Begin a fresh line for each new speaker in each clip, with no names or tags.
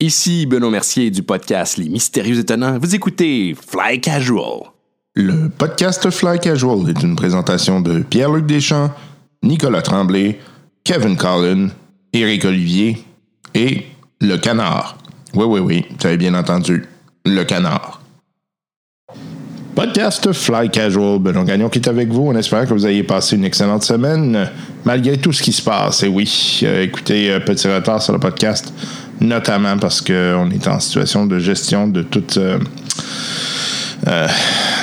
Ici Benoît Mercier du podcast Les Mystérieux Étonnants. Vous écoutez Fly Casual.
Le podcast Fly Casual est une présentation de Pierre-Luc Deschamps, Nicolas Tremblay, Kevin Collin, Éric Olivier et Le Canard. Oui, oui, oui, vous avez bien entendu. Le Canard. Podcast Fly Casual, Benoît Gagnon qui est avec vous. On espère que vous ayez passé une excellente semaine, euh, malgré tout ce qui se passe. Et oui, euh, écoutez, euh, petit retard sur le podcast, notamment parce qu'on est en situation de gestion de toute, euh, euh,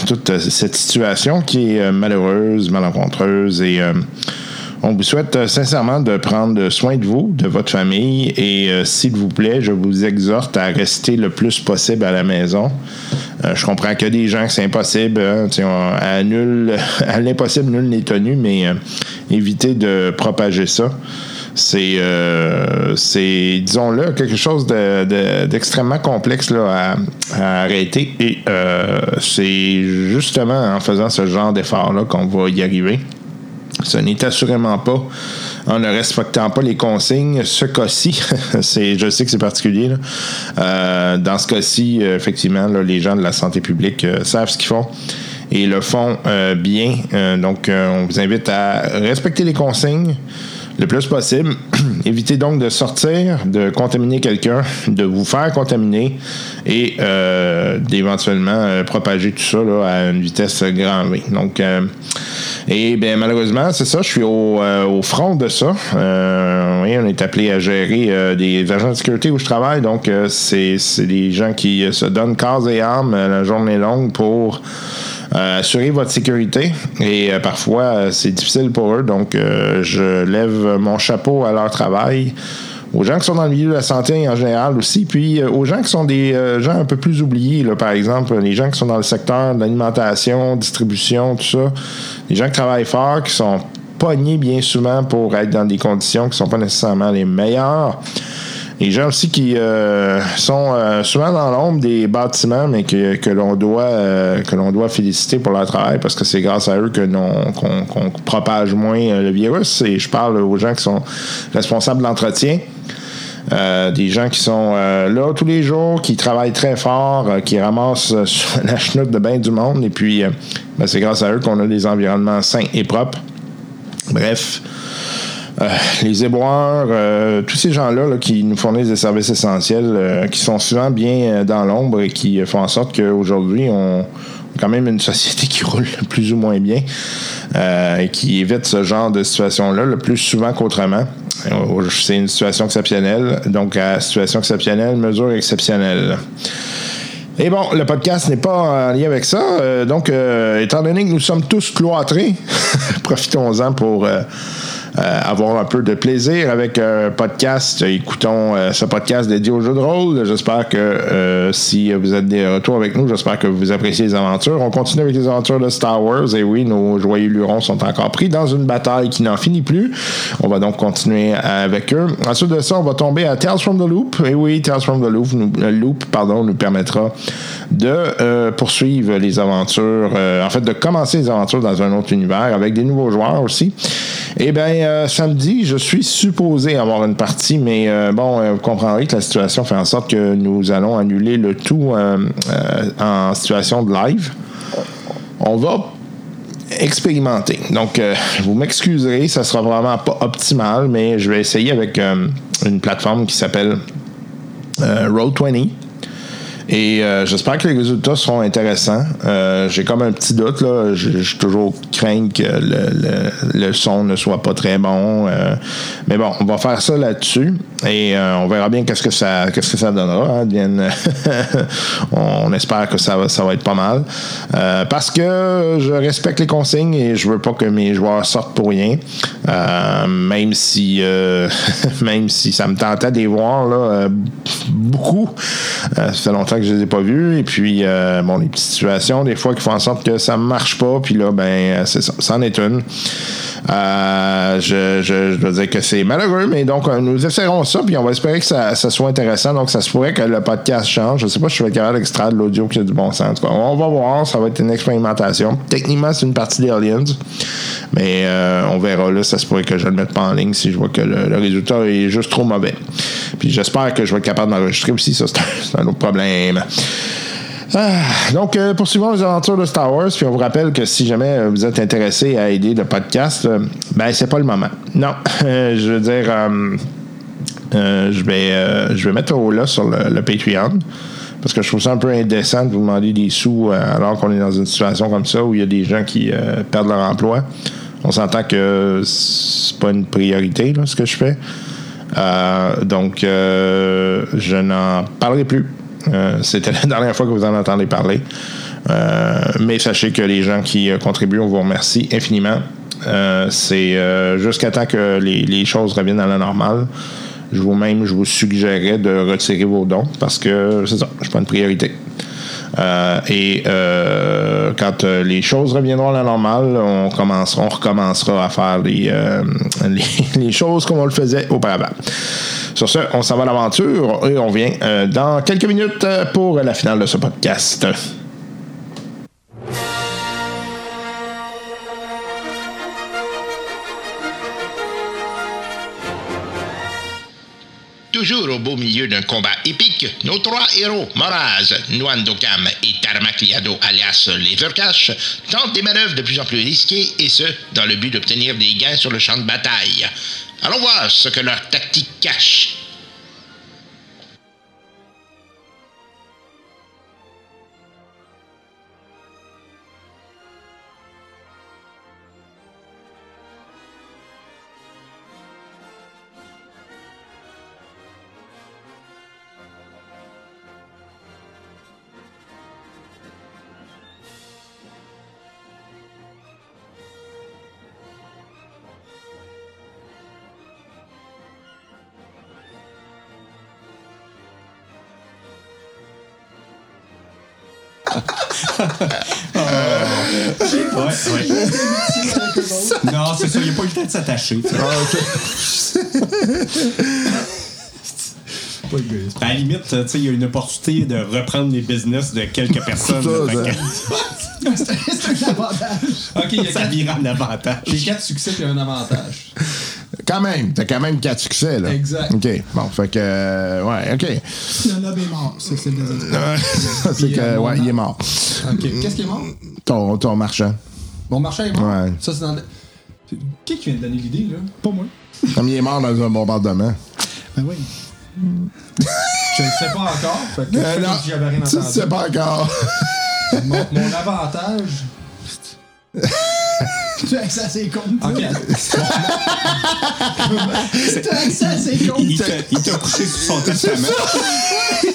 toute euh, cette situation qui est euh, malheureuse, malencontreuse. Et euh, on vous souhaite euh, sincèrement de prendre soin de vous, de votre famille. Et euh, s'il vous plaît, je vous exhorte à rester le plus possible à la maison. Euh, je comprends que des gens que c'est impossible. hein, tu sais, on- à nul, à l'impossible, nul n'est tenu, mais euh, évitez de propager ça. C'est, euh, c'est, disons-le, quelque chose de- de- d'extrêmement complexe là, à, à arrêter. Et euh, c'est justement en faisant ce genre d'effort-là qu'on va y arriver. Ce n'est assurément pas en ne respectant pas les consignes. Ce cas-ci, c'est, je sais que c'est particulier. là. Euh, dans ce cas-ci, euh, effectivement, là, les gens de la santé publique euh, savent ce qu'ils font et le font euh, bien. Euh, donc, euh, on vous invite à respecter les consignes le plus possible. Évitez donc de sortir, de contaminer quelqu'un, de vous faire contaminer et euh, d'éventuellement euh, propager tout ça là, à une vitesse grand V. Donc, euh, et bien malheureusement, c'est ça, je suis au, euh, au front de ça. Euh, oui, on est appelé à gérer euh, des agents de sécurité où je travaille, donc euh, c'est c'est des gens qui euh, se donnent corps et âme euh, la journée longue pour euh, assurer votre sécurité. Et euh, parfois, euh, c'est difficile pour eux, donc euh, je lève mon chapeau à leur travail aux gens qui sont dans le milieu de la santé en général aussi, puis euh, aux gens qui sont des euh, gens un peu plus oubliés, là, par exemple, les gens qui sont dans le secteur de l'alimentation, distribution, tout ça, les gens qui travaillent fort, qui sont pognés bien souvent pour être dans des conditions qui ne sont pas nécessairement les meilleures. Les gens aussi qui euh, sont euh, souvent dans l'ombre des bâtiments, mais que, que l'on doit euh, que l'on doit féliciter pour leur travail parce que c'est grâce à eux que l'on- qu'on qu'on propage moins euh, le virus. Et je parle aux gens qui sont responsables de l'entretien. Euh, des gens qui sont euh, là tous les jours, qui travaillent très fort, euh, qui ramassent euh, sur la chenoute de bain du monde. Et puis, euh, ben, c'est grâce à eux qu'on a des environnements sains et propres. Bref, euh, les éboueurs, euh, tous ces gens-là là, qui nous fournissent des services essentiels, euh, qui sont souvent bien euh, dans l'ombre et qui euh, font en sorte qu'aujourd'hui, on on a quand même une société qui roule plus ou moins bien euh, et qui évite ce genre de situation-là le plus souvent qu'autrement. Euh, C'est une situation exceptionnelle. Donc, à situation exceptionnelle, mesure exceptionnelle. Et bon, le podcast n'est pas en lien avec ça. Euh, donc, euh, étant donné que nous sommes tous cloîtrés, profitons-en pour euh, euh, avoir un peu de plaisir avec euh, un podcast. Écoutons euh, ce podcast dédié au jeu de rôle. J'espère que euh, si vous êtes des retours avec nous, j'espère que vous appréciez les aventures. On continue avec les aventures de Star Wars. Et oui, nos joyeux lurons sont encore pris dans une bataille qui n'en finit plus. On va donc continuer avec eux. Ensuite de ça, on va tomber à Tales from the Loop. Et oui, Tales from the Loop nous, le Loop, pardon, nous permettra de euh, poursuivre les aventures, euh, en fait, de commencer les aventures dans un autre univers avec des nouveaux joueurs aussi. Eh bien, euh, samedi, je suis supposé avoir une partie, mais euh, bon, euh, vous comprendrez que la situation fait en sorte que nous allons annuler le tout euh, euh, en situation de live. On va expérimenter. Donc, euh, vous m'excuserez, ça sera vraiment pas optimal, mais je vais essayer avec euh, une plateforme qui s'appelle euh, Roll20. Et euh, j'espère que les résultats seront intéressants. Euh, J'ai comme un petit doute. là. Je je suis toujours craint que le, le- le son ne soit pas très bon. euh. mais bon, on va faire ça là-dessus. Et euh, on verra bien qu'est-ce que ça qu'est-ce que ça donnera. hein. Bien, on espère que ça va, ça va être pas mal. Euh, parce que je respecte les consignes et je veux pas que mes joueurs sortent pour rien. Euh, même si euh, même si ça me tentait de les voir là, euh, beaucoup. Euh, ça fait longtemps que je les ai pas vus. Et puis, euh, bon, les petites situations, des fois, qui font en sorte que ça marche pas. Puis là, ben, euh, c'est ça. C'en est une. Euh, je, je, je dois dire que c'est malheureux, mais donc euh, nous essaierons ça, puis on va espérer que ça, ça soit intéressant. Donc ça se pourrait que le podcast change. Je sais pas si je vais être capable d'extraire de l'audio qui a du bon sens. En tout cas, on va voir, ça va être une expérimentation. Techniquement, c'est une partie des aliens, mais euh, on verra là. Ça se pourrait que je le mette pas en ligne si je vois que le, le résultat est juste trop mauvais. Puis j'espère que je vais être capable d'enregistrer aussi. Ça, c'est un- c'est un autre problème. Ah, donc, euh, poursuivons les aventures de Star Wars. Puis on vous rappelle que si jamais euh, vous êtes intéressé à aider le podcast, euh, ben c'est pas le moment. Non, Euh, je veux dire, euh, euh, je vais, euh, je vais mettre au là sur le, le Patreon. Parce que je trouve ça un peu indécent de vous demander des sous euh, alors qu'on est dans une situation comme ça où il y a des gens qui euh, perdent leur emploi. On s'entend que c'est pas une priorité, là, ce que je fais. Euh, donc, euh, je n'en parlerai plus. Euh, C'était la dernière fois que vous en entendez parler. Euh, mais sachez que les gens qui euh, contribuent, on vous remercie infiniment. Euh, C'est euh, jusqu'à temps que les, les choses reviennent à la normale. Je vous-même, je vous suggérerais de retirer vos dons parce que c'est ça, je pas une priorité. Euh, et euh, quand euh, les choses reviendront à la normale, on, commencera, on recommencera à faire les, euh, les, les choses comme on le faisait auparavant. Sur ce, on s'en va à l'aventure et on vient euh, dans quelques minutes euh, pour la finale de ce podcast. Toujours au beau milieu d'un combat épique, nos trois héros, Moraz, Nuandokam et Tarmacliado alias Levercash, tentent des manœuvres de plus en plus risquées, et ce, dans le but d'obtenir des gains sur le champ de bataille. Allons voir ce que leur tactique cache.
Ouais, ouais. non, c'est ça, il a pas eu le temps de s'attacher. tu sais.
Ah,
Ben, à la limite, tu sais, il y a une opportunité de reprendre les business de quelques personnes. là, fait
C'est un avantage.
que- ok, il y a ça vire en avantage.
J'ai quatre succès puis un avantage.
Quand même, t'as quand même quatre succès, là.
Exact.
OK, bon, fait que... euh, ouais, OK.
Le homme est mort, ça c'est le désespoir.
C'est que,
euh,
ouais,
mon-
il est mort.
Ok. Qu'est-ce qui est mort?
Ton, ton marchand.
Mon marchand est mort.
Ouais.
Ça c'est dans le... Qui qui vient de donner l'idée là? Pas moi.
Comme il est mort dans un bombardement.
Ben oui. Je ne sais pas encore. Fait que
Euh,
je fais
non,
comme si j'avais rien
tu le sais
entendu.
pas encore.
Mon, mon avantage.
Tu as accès à ses comptes.
Ok.
Tu as accès à ses comptes.
Il t'a il t'a couché sur son testament.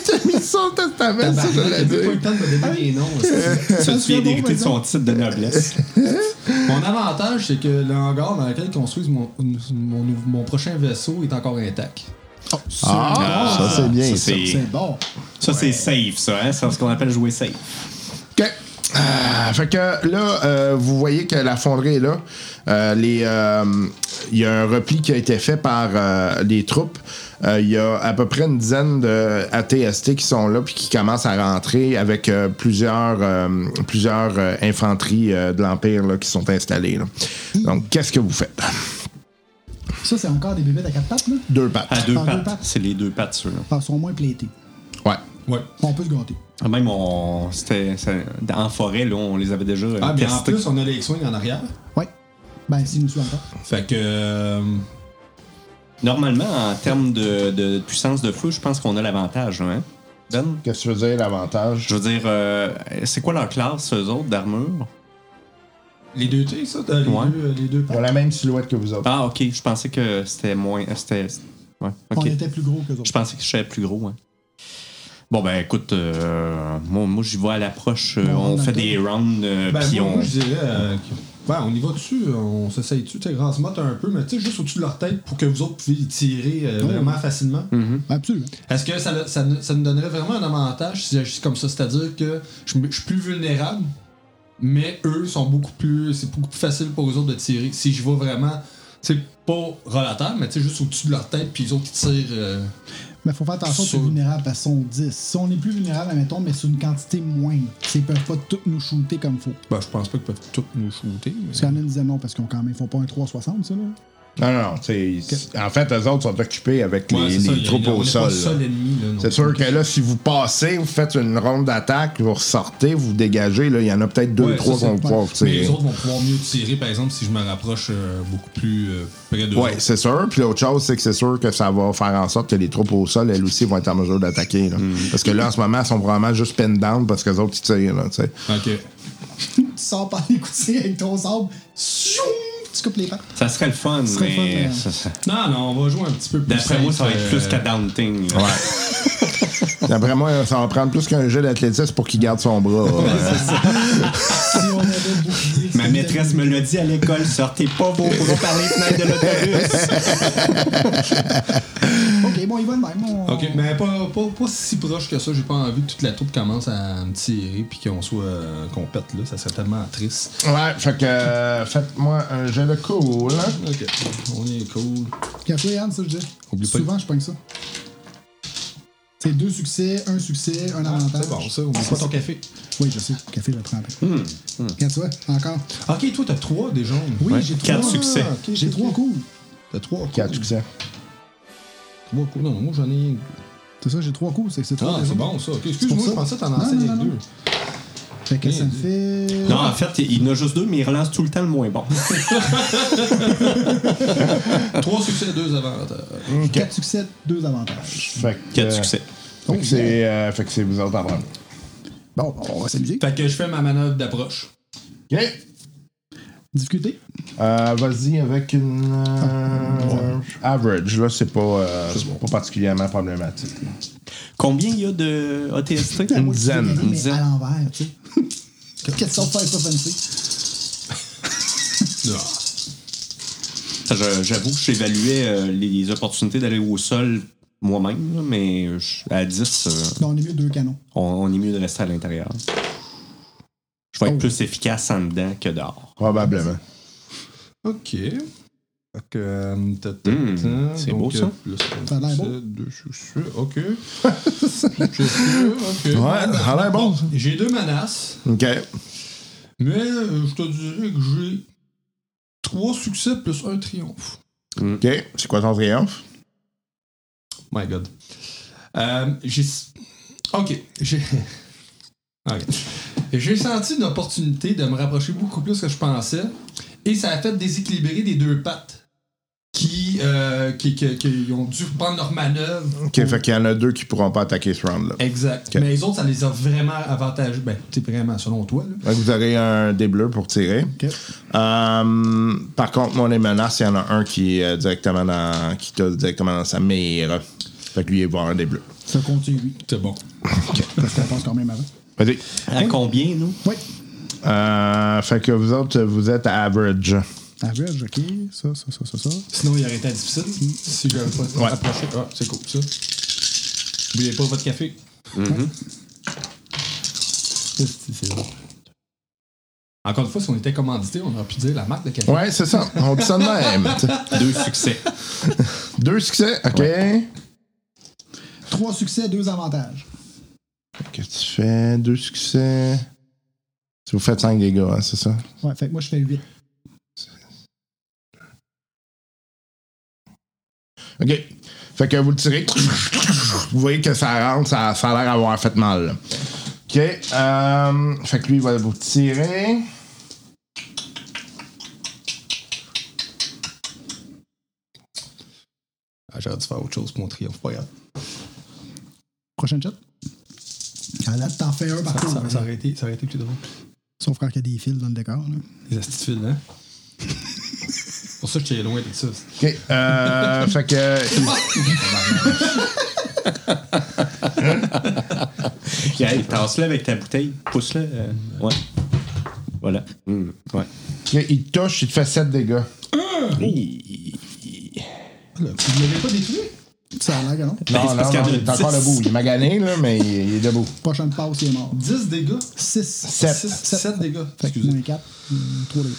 T'as mis son
Ah,
testament,
bah,
ça, je l'ai
J'ai pas eu
dit.
le temps de me donner les noms. aussi.
Tu te souviens
bon,
d'hériter de
par
son titre de noblesse.
Mon avantage, c'est que le hangar dans lequel ils construisent mon, mon, mon prochain vaisseau est encore intact.
Ah, ça, c'est bien, ça.
c'est-
C'est bon.
Ça, c'est safe, ça. Hein? C'est ce qu'on appelle jouer safe.
OK. Ah, fait que là, euh, vous voyez que la fonderie est là. Euh, les, euh, Il y a un repli qui a été fait par euh, les troupes. Euh, Il y a à peu près une dizaine de ATST qui sont là puis qui commencent à rentrer avec euh, plusieurs, euh, plusieurs euh, infanteries euh, de l'Empire là, qui sont installées. là. Donc, qu'est-ce que vous faites?
Ça, c'est encore des bébés à quatre pattes, là.
Deux pattes.
À deux
En deux
pattes.
pattes.
C'est les deux pattes, ceux-là.
Ils sont moins plaintés.
Ouais.
Ouais.
On peut se gâter.
Ah, Même, on, c'était c'était- en forêt, là, on les avait déjà euh,
Ah, mais en
testés.
plus, on a les X-Wing en arrière.
Ouais. Ben, s'ils nous suivent encore.
Fait que. euh,
Normalement, en termes de, de puissance de feu, je pense qu'on a l'avantage, hein? Ben?
Qu'est-ce que tu veux dire, l'avantage?
Je veux dire, euh, c'est quoi leur classe, eux autres, d'armure?
les deux T, ça, t'as les,
Ouais.
deux, euh, les deux
Ils ont
pattes.
la même silhouette que vous autres.
Ah, ok, je pensais que c'était moins. euh, C'était. Ouais,
On
ok.
était plus gros que
Je
autres.
pensais que je serais plus gros, hein. Bon, ben écoute, euh, moi, moi j'y vais à l'approche. euh,
Bon,
on
on
fait
attend.
des rounds, euh,
Ben,
puis
moi,
on.
moi, je dirais. euh, que- ben, on y va dessus, on s'essaye dessus, tu sais, grasse motte un peu, mais tu sais, juste au-dessus de leur tête pour que vous autres puissiez y tirer
Oh.
euh,
Ouais.
vraiment facilement.
Mhm.
Absolument.
Est-ce que ça, ça, ça nous donnerait vraiment un avantage si j'agis comme ça? C'est-à-dire que je, me- je suis plus vulnérable Mais eux sont beaucoup plus. C'est beaucoup plus facile pour eux autres de tirer. Si je vais vraiment. C'est pas relateur, mais tu sais, juste au-dessus de leur tête, puis les autres qui tirent. euh,
Mais faut faire attention
Sur-
aux vulnérables parce qu'ils sont 10. Si on est plus vulnérable, admettons, mais sur une quantité moindre, c'est- ils peuvent pas toutes nous shooter comme faut.
Ben, je pense pas qu'ils peuvent toutes nous shooter. mais-
Parce qu'il y en a qui disaient non, parce qu'ils ont quand même, font pas un 360, ça, là.
Non, non, non. t'sais, En fait, eux autres sont occupés avec les,
Ouais, c'est
les
ça, il y a-
troupes
on est
au
pas
sol. là.
seul ennemi, là, non.
C'est sûr que là, si vous passez, vous faites une ronde d'attaque, vous ressortez, vous dégagez, là, il y en a peut-être deux
Ouais,
ou trois
ça,
qu'on va
c'est
pouvoir
pas- Mais les
tirer.
autres vont pouvoir mieux tirer, par exemple, si je me rapproche euh, beaucoup plus euh, près de
Ouais, c'est sûr. Puis l'autre chose, c'est que c'est sûr que ça va faire en sorte que les troupes au sol, elles aussi, vont être en mesure d'attaquer. là.
Mm.
Parce que là, en ce moment, elles sont probablement juste pin down parce que les autres, ils tirent. Là, t'sais.
Ok.
Tu sors par les coups de tir avec ton sabre, tchoum, tu coupes les pattes.
Ça serait le fun,
serait le
mais.
hein.
fun, mais-
ça- ça-
Non, non, on va jouer un petit peu plus.
D'après moi, ça va
safe,
être
euh,
plus qu'à Downting. là.
D'après moi, ça va prendre plus qu'un jeu d'athlétisme pour qu'il garde son bras.
Si on avait bouclier,
Ma maîtresse me l'a dit à l'école, sortez pas vos bras par les fenêtres de l'autobus.
Ok, bon, ben, il va de même. on-
Ok, mais pas, pas, pas si proche que ça. J'ai pas envie que toute la troupe commence à me tirer puis qu'on soit euh, qu'on pète là. Ça serait tellement triste.
ouais, fait que euh, faites-moi un jeu de cool. hein.
Ok, on est cool.
Café, Yann, ça, je dis.
Oublie pas-
Souvent, je pogne ça. C'est deux succès, un succès, un avantage.
Ah, C'est bon ça. Oublie pas ton café.
Oui, je sais. Café, je le prends après.
Hmm,
Regarde, tu vois, encore.
Ok, toi t'as trois déjà.
Oui,
Ouais.
j'ai trois.
Quatre succès.
Ah, ok, j'ai trois coups.
T'as trois.
Quatre
cool.
succès.
Trois cool. Non, moi j'en ai.
C'est ça, j'ai trois coups. C'est que c'est trois.
Ah,
déjà.
c'est bon ça. Ok,
pour
excuse-moi,
ça.
je pensais que t'en
Non,
lançais
non,
les
non,
deux.
non. Fait que ça me
Bien
fait.
Non, en fait, il y en a juste deux, mais il relance tout le temps le moins bon.
Trois succès, deux avantages.
Mm.
Quatre succès, deux avantages.
Fait que,
Quatre
euh,
succès.
Fait que c'est euh, fait que c'est vous autres en premier.
Bon, on va s'amuser.
Fait que je fais ma manœuvre d'approche.
OK.
Difficulté.
Euh, Vas-y avec une euh, average. Là, c'est pas, euh, c'est pas particulièrement problématique.
Combien il y a de ATST?
La moitié
dizaine.
de l'année,
Une
mais
dizaine.
à l'envers, tu sais. Question de faire ça fancy.
Ah.
Ça, je- J'avoue que j'évaluais euh, les opportunités d'aller au sol moi-même, là, mais je- à 10, euh,
Non, on est mieux deux canons.
on, on est mieux de rester à l'intérieur. Je vais être
Oh.
plus efficace en dedans que dehors.
Probablement.
Ok. Fait que. euh, ta- ta-
Hmm,
ta-
c'est
donc,
beau, ça.
euh, plus un
Ça a l'air
succès,
beau.
Deux succès, ok. Succès, ok.
Ouais, ça a l'air bon.
J'ai deux menaces,
OK.
mais euh, je te dirais que j'ai trois succès plus un triomphe.
OK. C'est quoi ton triomphe?
My God. Euh, j'ai. Ok, j'ai. Ok. J'ai senti une opportunité de me rapprocher beaucoup plus que je pensais, et ça a fait déséquilibrer les deux pattes qui, euh, qui, qui- qui ont dû prendre leur manœuvre
OK. Fait qu'il y en a deux qui pourront pas attaquer ce round-là.
Exact.
Ok.
Mais les autres, ça les a vraiment avantagés. Ben, tu sais, vraiment, selon toi. Là.
Fait que vous aurez un dé bleu pour tirer. Euh, par contre, moi, les menaces, il y en a un qui est euh, directement dans, qui t'a directement dans sa mire. Fait que lui, il va avoir un dé bleu.
Ça continue, oui.
C'est bon.
Parce qu'on pense quand même avant.
Vas-y.
À combien, nous?
Oui.
Euh, fait que vous autres, vous êtes à average.
Average, ok. Ça, ça, ça, ça, ça.
Sinon, il aurait été difficile
Mm.
si j'avais pas
Ouais.
approché. Ah, c'est cool, ça. Oubliez pas votre café. Mm-hmm. Esti, c'est bon. Encore une fois, si on était commandité, on aurait pu dire la marque de café.
Ouais, c'est ça. On dit ça de même.
Deux succès.
Deux succès, ok.
Trois succès, deux avantages.
Qu'est-ce que tu fais? Deux succès. Si vous faites 5 dégâts, hein, c'est ça?
Ouais, fait que moi, je fais huit.
OK. Fait que vous le tirez. Vous voyez que ça rentre, ça, ça a l'air d'avoir fait mal. là. OK. euh, fait que lui, il va vous tirer.
Ah, j'aurais dû faire autre chose pour mon triomphe, pas grave.
Prochaine shot. À la date, t'en fais un par
Ça,
tour.
Ah, ça- ça aurait, été, ça aurait été plus drôle.
Sauf quand il y a des fils dans le décor. Là.
Les astuces, hein? pour ça, j'étais loin de ça.
OK. Euh, fait que.
Puis, hey, tasse-le avec ta bouteille. Pousse-le. euh, ouais. Voilà.
Hmm.
Mm, ouais.
il- Il te touche, il te fait 7 dégâts.
Vous ne l'avez pas détruit?
Ça a l'air que non.
Non, non,
Ben, parce
non,
qu'il y en a
il est encore
dix.
debout. Il est magané, là, mais il il est debout.
Prochaine passe, il est mort.
10 dégâts.
6.
7.
7 dégâts.
Fait que moins 4, 3 dégâts.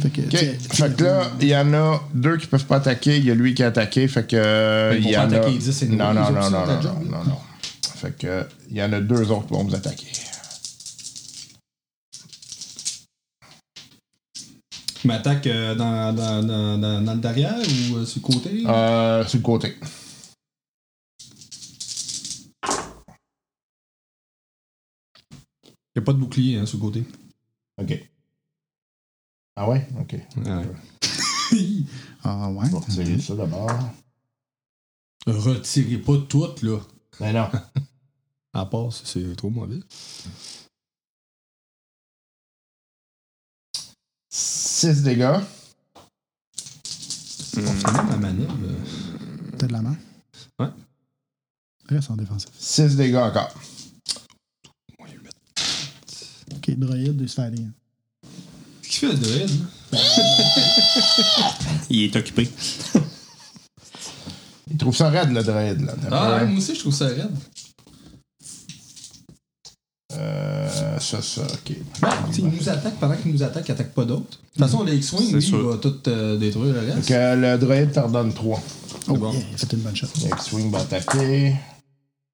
Fait que,
OK. Fait que là, il y en a deux qui peuvent pas attaquer. Il y a lui qui a attaqué. Fait que. euh,
Mais
Il
pour
y
pas
en a.
attaquer, ils disent, c'est nous,
Non,
les
non,
autres
non,
sont
non,
ta
non,
job,
non, non, non. Fait que. euh, Il y en a deux autres qui vont vous attaquer.
Tu m'attaques euh, dans, dans, dans, dans, dans le derrière ou euh, sur le côté?
Hmm.
Euh, sur le côté.
Il n'y a pas de bouclier hein, sur le côté.
OK. Ah ouais? OK.
Ah ouais.
On va retirer ça d'abord.
Retirez pas tout, là.
Mais
Ben
non.
À part, si c'est trop mauvais.
6 dégâts.
Ma manœuvre. euh,
T'as de la main.
Ouais.
Reste en défensif.
6 dégâts encore.
Ok, droïde, il se fait aller. hein.
Qu'est-ce qu'il fait de raid? là?
Il est occupé.
Il trouve ça raide, le dread, là.
Ah, ouais, moi aussi, je trouve ça raide.
Euh, ça, ça, OK.
S'il nous attaque pendant qu'il nous attaque, il attaque pas d'autres. De toute façon, le X-Wing, lui, il
sûr.
va tout euh, détruire le reste.
Donc, euh, le droïde pardonne 3.
Oh,
bon.
yeah, c'était une bonne shot.
X-Wing va attaquer.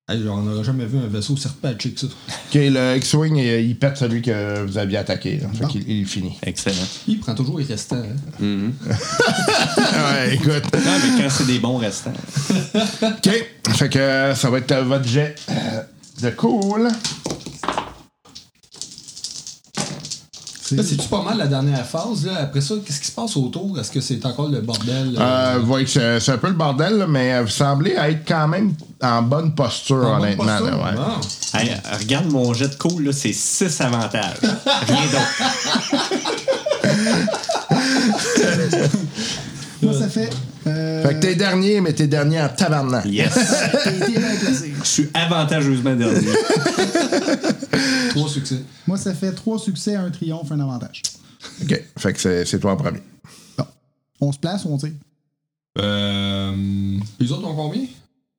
Hey, on n'aurait jamais vu un vaisseau serpatché que ça.
Ok, le X-Wing, il, il pète celui que vous aviez attaqué. Là. Fait
Bon.
qu'il il finit.
Excellent.
Il prend toujours les restants. hein.
Ah
ouais, écoute.
Non, mais quand c'est des bons restants.
Ok, fait que euh, ça va être euh, votre jet euh, de cool.
C'est
Là, c'est-tu pas mal la dernière phase? Là? Après ça, qu'est-ce qui se passe autour? Est-ce que c'est encore le bordel?
Euh, ouais, c'est c'est un peu le bordel, là, mais euh, vous semblez être quand même en bonne posture,
en bonne
honnêtement.
posture?
là, ouais.
Bon.
Hey, regarde mon jet de cool, là, c'est 6 avantages. Rien d'autre.
Moi, ça fait. Euh,
Fait que t'es dernier, mais t'es dernier en tabarnak.
Yes.
t'es bien placé.
Je suis avantageusement dernier.
Trois Ah, succès.
Moi, ça fait 3 succès, un triomphe, un avantage.
Ok, fait que c'est c'est toi en premier.
Bon. On se place ou on tire
Euh, les autres ont combien?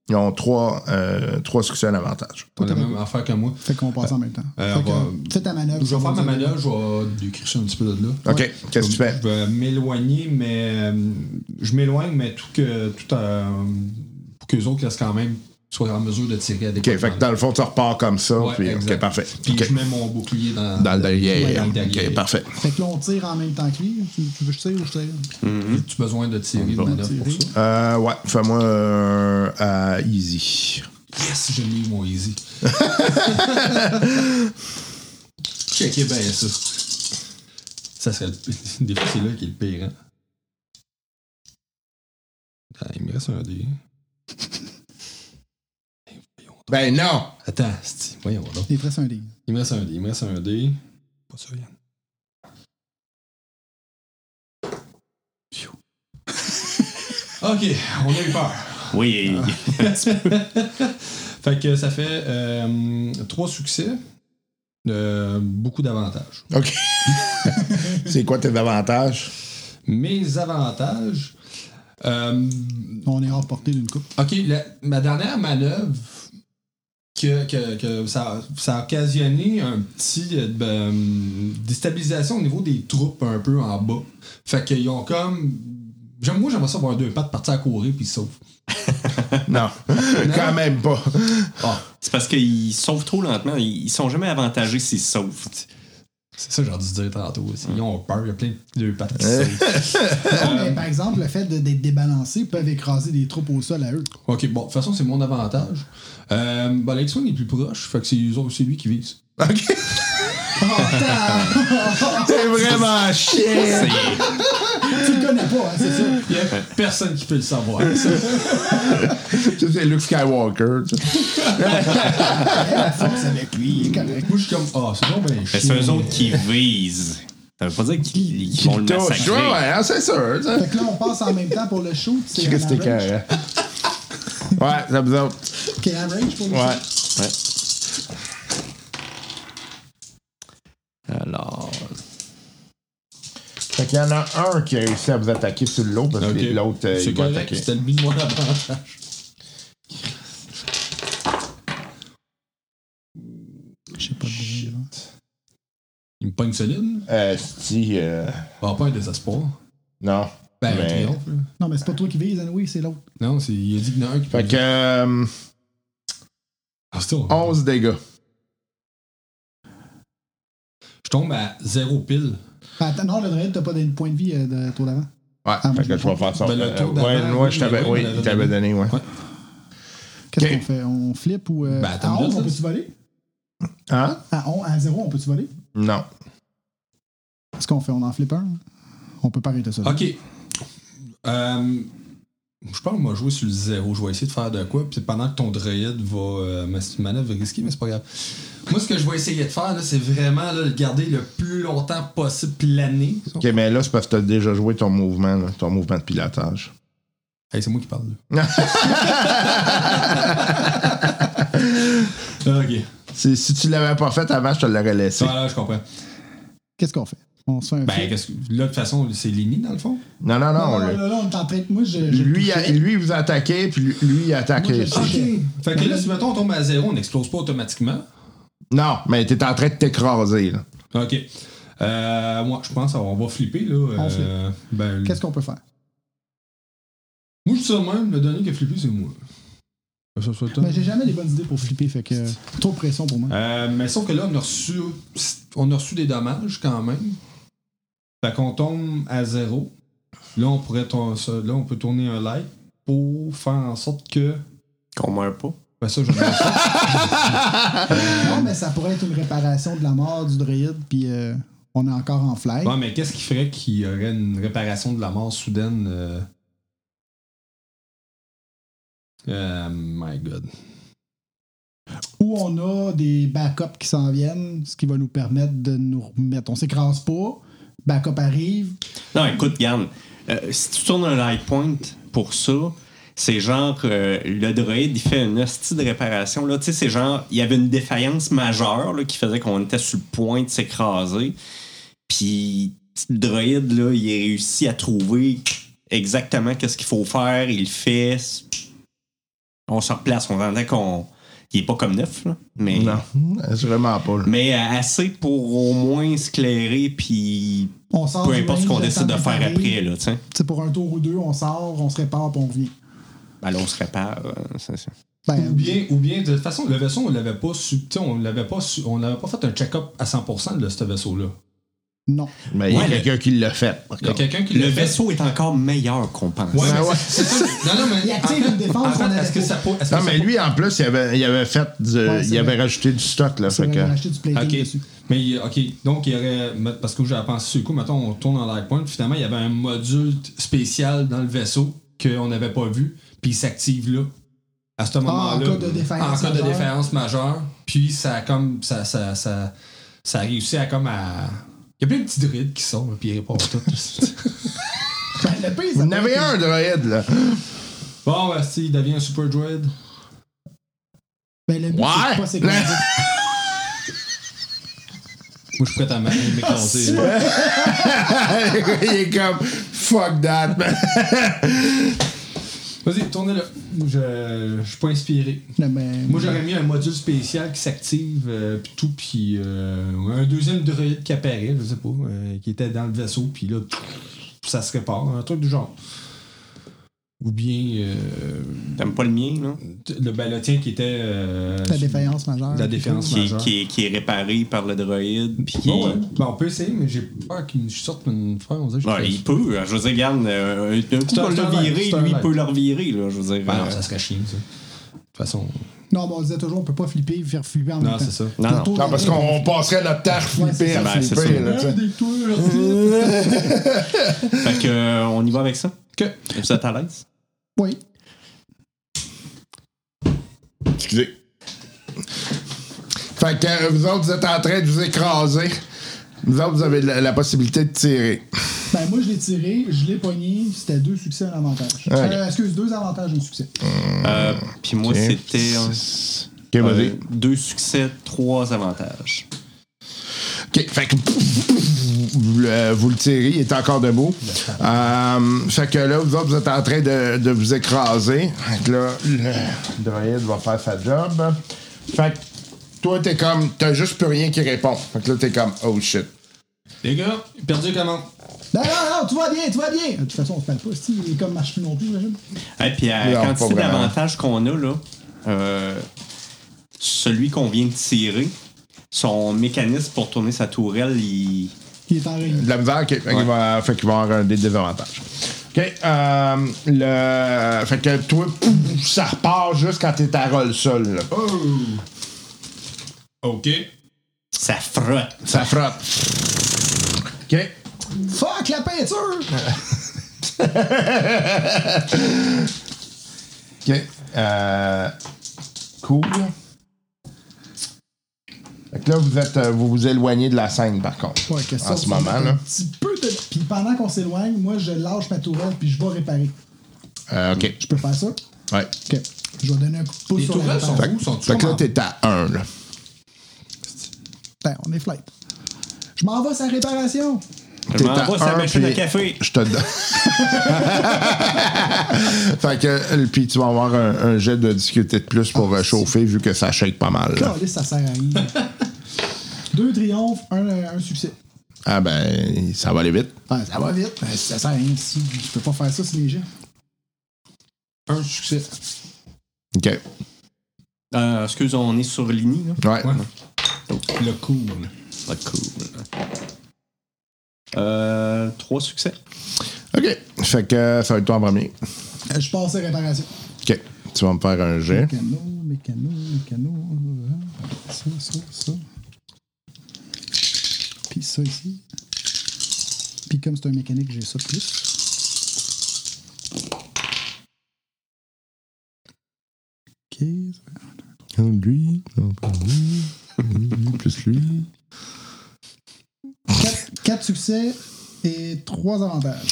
Ils ont trois, euh, trois succès en avantage.
Pas la même affaire que moi.
Fait qu'on passe en même temps.
Euh,
fait
on
que,
va-
fais ta manœuvre.
Je vais faire ma
manœuvre.
manœuvre, je vais décrire ça un petit peu de là.
Ok, qu'est-ce que tu fais?
Je vais m'éloigner, mais euh, je m'éloigne, mais tout que tout euh, pour que les autres restent quand même soient en mesure de tirer
Ok,
adéquatement.
fait que dans le fond, tu repars comme ça.
Ouais,
puis,
exact.
ok, parfait.
Puis
Ok.
je mets mon bouclier dans,
Dans le derrière.
dans le derrière.
Ok, parfait.
Fait que là, on tire en même temps que lui. Tu, tu veux que je tire ou je tire
As-tu besoin de tirer de manœuvre pour ça?
Euh, ouais, fais-moi un à easy.
Yes, j'ai mis mon easy. Checkez bien ben, ça. Ça serait le défi, c'est là qui est le pire. hein. Ah, il me reste un dé.
Ben non!
Eh, Attends, c'ti, voyons donc.
Il reste un dé.
Il me reste un dé, il me reste un dé. Pas ça, Yann. Pfiou. ok, on a eu peur.
Oui.
Fait que ça fait euh, trois succès, euh, beaucoup d'avantages.
OK. c'est quoi tes avantages?
Mes avantages. euh,
On est hors portée d'une coupe.
ok, la- ma dernière manœuvre que, que- que ça, ça a occasionné un petit euh, ben, déstabilisation au niveau des troupes un peu en bas. Fait qu'ils ont comme. j'aime- Moi, j'aimerais ça avoir deux pattes partir à courir puis ils sauvent.
Non, quand même pas.
C'est parce qu'ils sauvent trop lentement. Ils ils sont jamais avantagés s'ils sauvent.
C'est ça que j'aurais dû dire tantôt aussi. Ils ont peur, il y a plein de deux pattes qui sauvent. Euh.
Non, mais par exemple, le fait de- d'être débalancé peuvent écraser des troupes au sol à eux.
Ok, bon, de toute façon, c'est mon avantage. Euh, ben, l'X-Wing est plus proche, fait que c'est eux autres- c'est lui qui vise.
OK. c'est vraiment chier.
Tu le connais pas, hein, c'est ça.
Il y a personne qui peut le savoir.
Ça, C'est Luke Skywalker.
Force avec lui, il est correct.
Moi, je suis comme, ah, c'est bon, ben,
Mais
chier.
c'est eux autres qui visent. Ça veut pas dire qu'ils qu'ils vont le
Touche. Ouais,
massacrer.
hein, c'est sûr. Ça.
Fait que là, on passe en même temps pour le shoot. C'est
Christ, t'es
un range.
carré. Ouais, ça vous autres.
Ok, un range pour le
Ouais.
shoot.
Alors.
Fait qu'il y en a un qui a réussi à vous attaquer sur l'autre parce que
Ok.
l'autre, euh,
C'est
il va
correct,
attaquer.
c'était le but de mon avantage.
J'ai pas de là.
Il me pogne solide.
Euh, si, euh,
Ah, pas un désespoir.
non.
Ben, un
Mais-
triomphe, là.
Non, mais c'est pas toi qui vise, oui, c'est l'autre.
Non, c'est, il a dit que non, qui
Fait que euh,
Ah, c'est tout.
11 dégâts.
Je tombe à zéro pile.
Fait, Attends, non, le raid, t'as pas de point de vie euh, de tour d'avant.
Ouais,
Ah,
fait que je vais faire ça.
Ben, le tour
Euh, ouais,
d'avant,
moi, je
oui,
t'avais,
oui, ben,
oui,
on l'avait
il t'avait donné, ouais.
Ouais.
Qu'est-ce
Ok.
qu'on fait On flippe ou. euh,
Ben, attends
à
une
11,
minute,
on
là.
peut-tu voler
Hein?
À 11, à 0, on peut-tu voler
Non.
Qu'est-ce qu'on fait On en flippe un hein? On peut pas arrêter ça. là.
Ok. Euh, je pense qu'on va jouer sur le zéro. Je vais essayer de faire de quoi. Puis pendant que ton droïde va. euh, mais c'est une manœuvre risquée, mais c'est pas grave. Moi, ce que je vais essayer de faire, là, c'est vraiment là, le garder le plus longtemps possible plané.
Ok, mais là, c'est parce que t'as déjà joué ton mouvement, là, ton mouvement de pilotage.
Hey, c'est moi qui parle. là. Ah, ok.
Si, si tu l'avais pas fait avant, je te l'aurais laissé.
Ça, là, je comprends.
Qu'est-ce qu'on fait On se fait un
Ben,
flip.
qu'est-ce que- là, de toute façon, c'est Lini, dans le fond.
Non, non, non.
Non,
le-
là, là, on est en train de. Moi, je. je
lui,
touchais.
a- lui, vous attaquez, puis lui- lui, il attaque
Moi, je-
aussi.
Ok.
Fait que là, si mettons, on tombe à zéro, on n'explose pas automatiquement.
Non, mais t'es en train de t'écraser, là.
Ok. Euh, moi, je pense qu'on va flipper, là.
On
Euh, ben,
Qu'est-ce qu'on peut faire
Moi, je suis sûr même, le dernier qui a flippé, c'est moi. Ça, ça, ça.
Ben, j'ai jamais les bonnes idées pour flipper, fait que. euh, Trop de pression pour moi.
Euh, mais sauf que là, on a reçu, on a reçu des dommages quand même. Fait qu'on tombe à zéro. Là, on pourrait tourner, là, on peut tourner un like pour faire en sorte que.
Qu'on meurt pas.
Ben ça, je ça. Euh.
Non, mais ça pourrait être une réparation de la mort du droïde, puis euh, on est encore en fly.
Ouais, mais qu'est-ce qui ferait qu'il y aurait une réparation de la mort soudaine euh? Euh, my god.
Ou on a des backups qui s'en viennent, ce qui va nous permettre de nous remettre. On s'écrase pas, backup arrive.
Non, écoute, garde. euh, si tu tournes un light point pour ça, c'est genre euh, le droïde, il fait une hostie de réparation. Là, tu sais, c'est genre, il y avait une défaillance majeure là, qui faisait qu'on était sur le point de s'écraser. Puis le droïde, là, il a réussi à trouver exactement qu'est-ce qu'il faut faire. Il le fait. On se replace. On entend qu'on. Il est pas comme neuf, là. Mais.
Non, vraiment pas, là.
Mais euh, assez pour au moins éclairer, puis
On sort
peu
du
importe ce qu'on
range, le temps
décide de faire
réparer.
après, là, tu sais.
C'est pour un tour ou deux, on sort, on se répare, puis on revient.
Ben là, on se répare. euh, c'est ça.
Ben,
Ou bien, ou bien, de toute façon, le vaisseau, on l'avait pas su, tu sais, on l'avait pas su- on n'avait pas fait un check-up à 100% de ce vaisseau-là.
non.
Mais il y a
Ouais, le-
quelqu'un qui l'a fait. par
Il y a
contre. Ah
quelqu'un qui
Le
l'a fait.
vaisseau est encore meilleur qu'on pense.
Ouais, mais
ouais.
c'est- c'est ça. Non, non, mais.
Il active
en fait-
une défense
en fait,
qu'on avait
Est-ce que
pas.
ça peut. est-ce que ça
Non, mais
peut-
lui, en plus, il avait, il avait fait du-
Ouais, c'est
il avait
vrai.
rajouté du stock, là.
C'est
Fait
vrai,
que...
on a acheté du plating
Ok.
dessus.
Mais il- ok, donc il y aurait. Parce que j'avais pensé sur le coup, mettons, on tourne en light point, finalement, il y avait un module t- spécial dans le vaisseau qu'on n'avait pas vu, puis il s'active là. À ce moment-là.
Ah, cas de défaillance
En cas de
majeure.
défaillance majeure. Puis ça a comme. Ça, ça, ça, ça a réussi à comme à. Il y a plein de petits druides qui sont, là, puis ils répondent tout.
Ben, le pire, ça
Vous en
peut
avez
être-
un droïde, là.
bon, bah, si, il devient un super druid.
Ben, le but,
Ouais.
c'est pas c'est quoi.
Moi, je suis prêt à m'a- m'écraser. là.
il est comme fuck that, man.
Vas-y, tournez-le. Je, je suis pas inspiré.
Non, ben,
Moi, j'aurais mis un module spécial qui s'active, euh, pis tout, puis un deuxième droïde qui apparaît, je sais pas, euh, qui était dans le vaisseau, puis là, ça se répare, un truc du genre. Ou bien euh,
T'aimes pas le mien, là?
le ballotien qui était. euh,
la défaillance majeure.
La défaillance
Qui,
majeure.
qui est- qui est réparé par le droïde, puis qui.
Ouais, ouais. Ben, on peut essayer, mais j'ai peur qu'il me sorte une frère, on dirait que je
Ouais,
suis-
il peut. hein. Je veux dire, regarde, euh, un coup,
C'est un-
on
c'est
l'a
un
viré,
light, c'est un
lui, il
light.
peut le revirer, là. Je veux dire.
Ben
euh,
non, ça serait chiant, ça. De toute façon.
Non, mais on disait toujours, on peut pas flipper, faire flipper en
Non,
même temps.
c'est ça.
non, non.
Le tour
Non, parce
d'avant,
qu'on on passerait notre terre
Ouais, c'est
flippée
ça.
à
Ben, c'est
flipper,
ça.
là, tu sais.
Fait que, euh, on y va avec ça.
Que-
Vous êtes à l'aise?
Oui.
Excusez. Fait que euh, vous autres, vous êtes en train de vous écraser. Vous autres, vous avez la, la possibilité de tirer.
Ben, moi, je l'ai tiré, je l'ai pogné, c'était deux succès, un avantage. Euh, excuse, deux avantages, un succès.
Euh, puis moi, c'était. euh,
Ok, vas-y.
euh, deux succès, trois avantages.
OK, fait que vous le, vous le tirez, il est encore debout. Euh, fait que là, vous autres, vous êtes en train de, de vous écraser. Fait que là, le droïde va faire sa job. Fait que toi, t'es comme, t'as juste plus rien qui répond. Fait que là, t'es comme, oh shit.
Les gars, perdu comment?
Non, non, non, tout va bien, tout va bien. De toute façon, on se parle pas. Si, il est comme marche plus non plus, j'imagine.
Et puis, euh, à
Non,
la
pas
quantité
vraiment.
d'avantages qu'on a, là, euh, celui qu'on vient de tirer, son mécanisme pour tourner sa tourelle, il.
Il est en règle.
De la misère, ok. Fait qu'il va, fait qu'il va avoir un des désavantages. OK. euh, le, fait que toi, pouf, ça repart juste quand t'es à rôle seul. là.
Oh. Ok.
Ça frotte.
Ça frotte. OK.
Fuck la peinture!
OK. Euh, cool. Fait que là, vous, êtes, euh, vous vous éloignez de la scène, par contre.
Ouais, question
en
de
ce
se
moment,
mettre
là.
Un petit peu de. Puis pendant qu'on s'éloigne, moi, je lâche ma tourelle, puis je vais réparer.
Euh, OK.
Je peux faire ça?
Ouais.
Ok. Je vais donner un coup de pouce
Les
sur la
tourelles sont
réparation.
où? Sont-tu
Fait que
comment?
là, t'es à 1, là.
Putain, Ben, on est flight. Je m'en vais à sa réparation.
Je
T'es
m'en
à
vais, sa
un,
machine à
puis
café.
Je te donne. fait que, euh, puis tu vas avoir un, un jet de discuter de plus pour
Ah,
réchauffer, vu que ça shake pas mal. là.
Caliste, ça sert à rien. Deux triomphes, un, euh, un succès.
Ah ben, ça va aller vite.
Ouais, ça va vite. Ben, Ça sert à rien si je peux pas faire ça, c'est les gens.
Un succès.
OK.
Euh, excuse, on est sur l'INI, là.
Ouais.
Ouais. Le cool.
Pas cool. Euh, trois succès.
OK. Fait que ça va être toi en premier.
Euh, Je passe à réparation.
OK. Tu vas me faire un jet.
Mécano, mécano, mécano. euh, Ça, ça, ça. Puis ça ici. Puis comme c'est un mécanique, j'ai ça de plus. Ok.
Hein, Lui, lui, lui, plus lui.
4, succès et 3 avantages.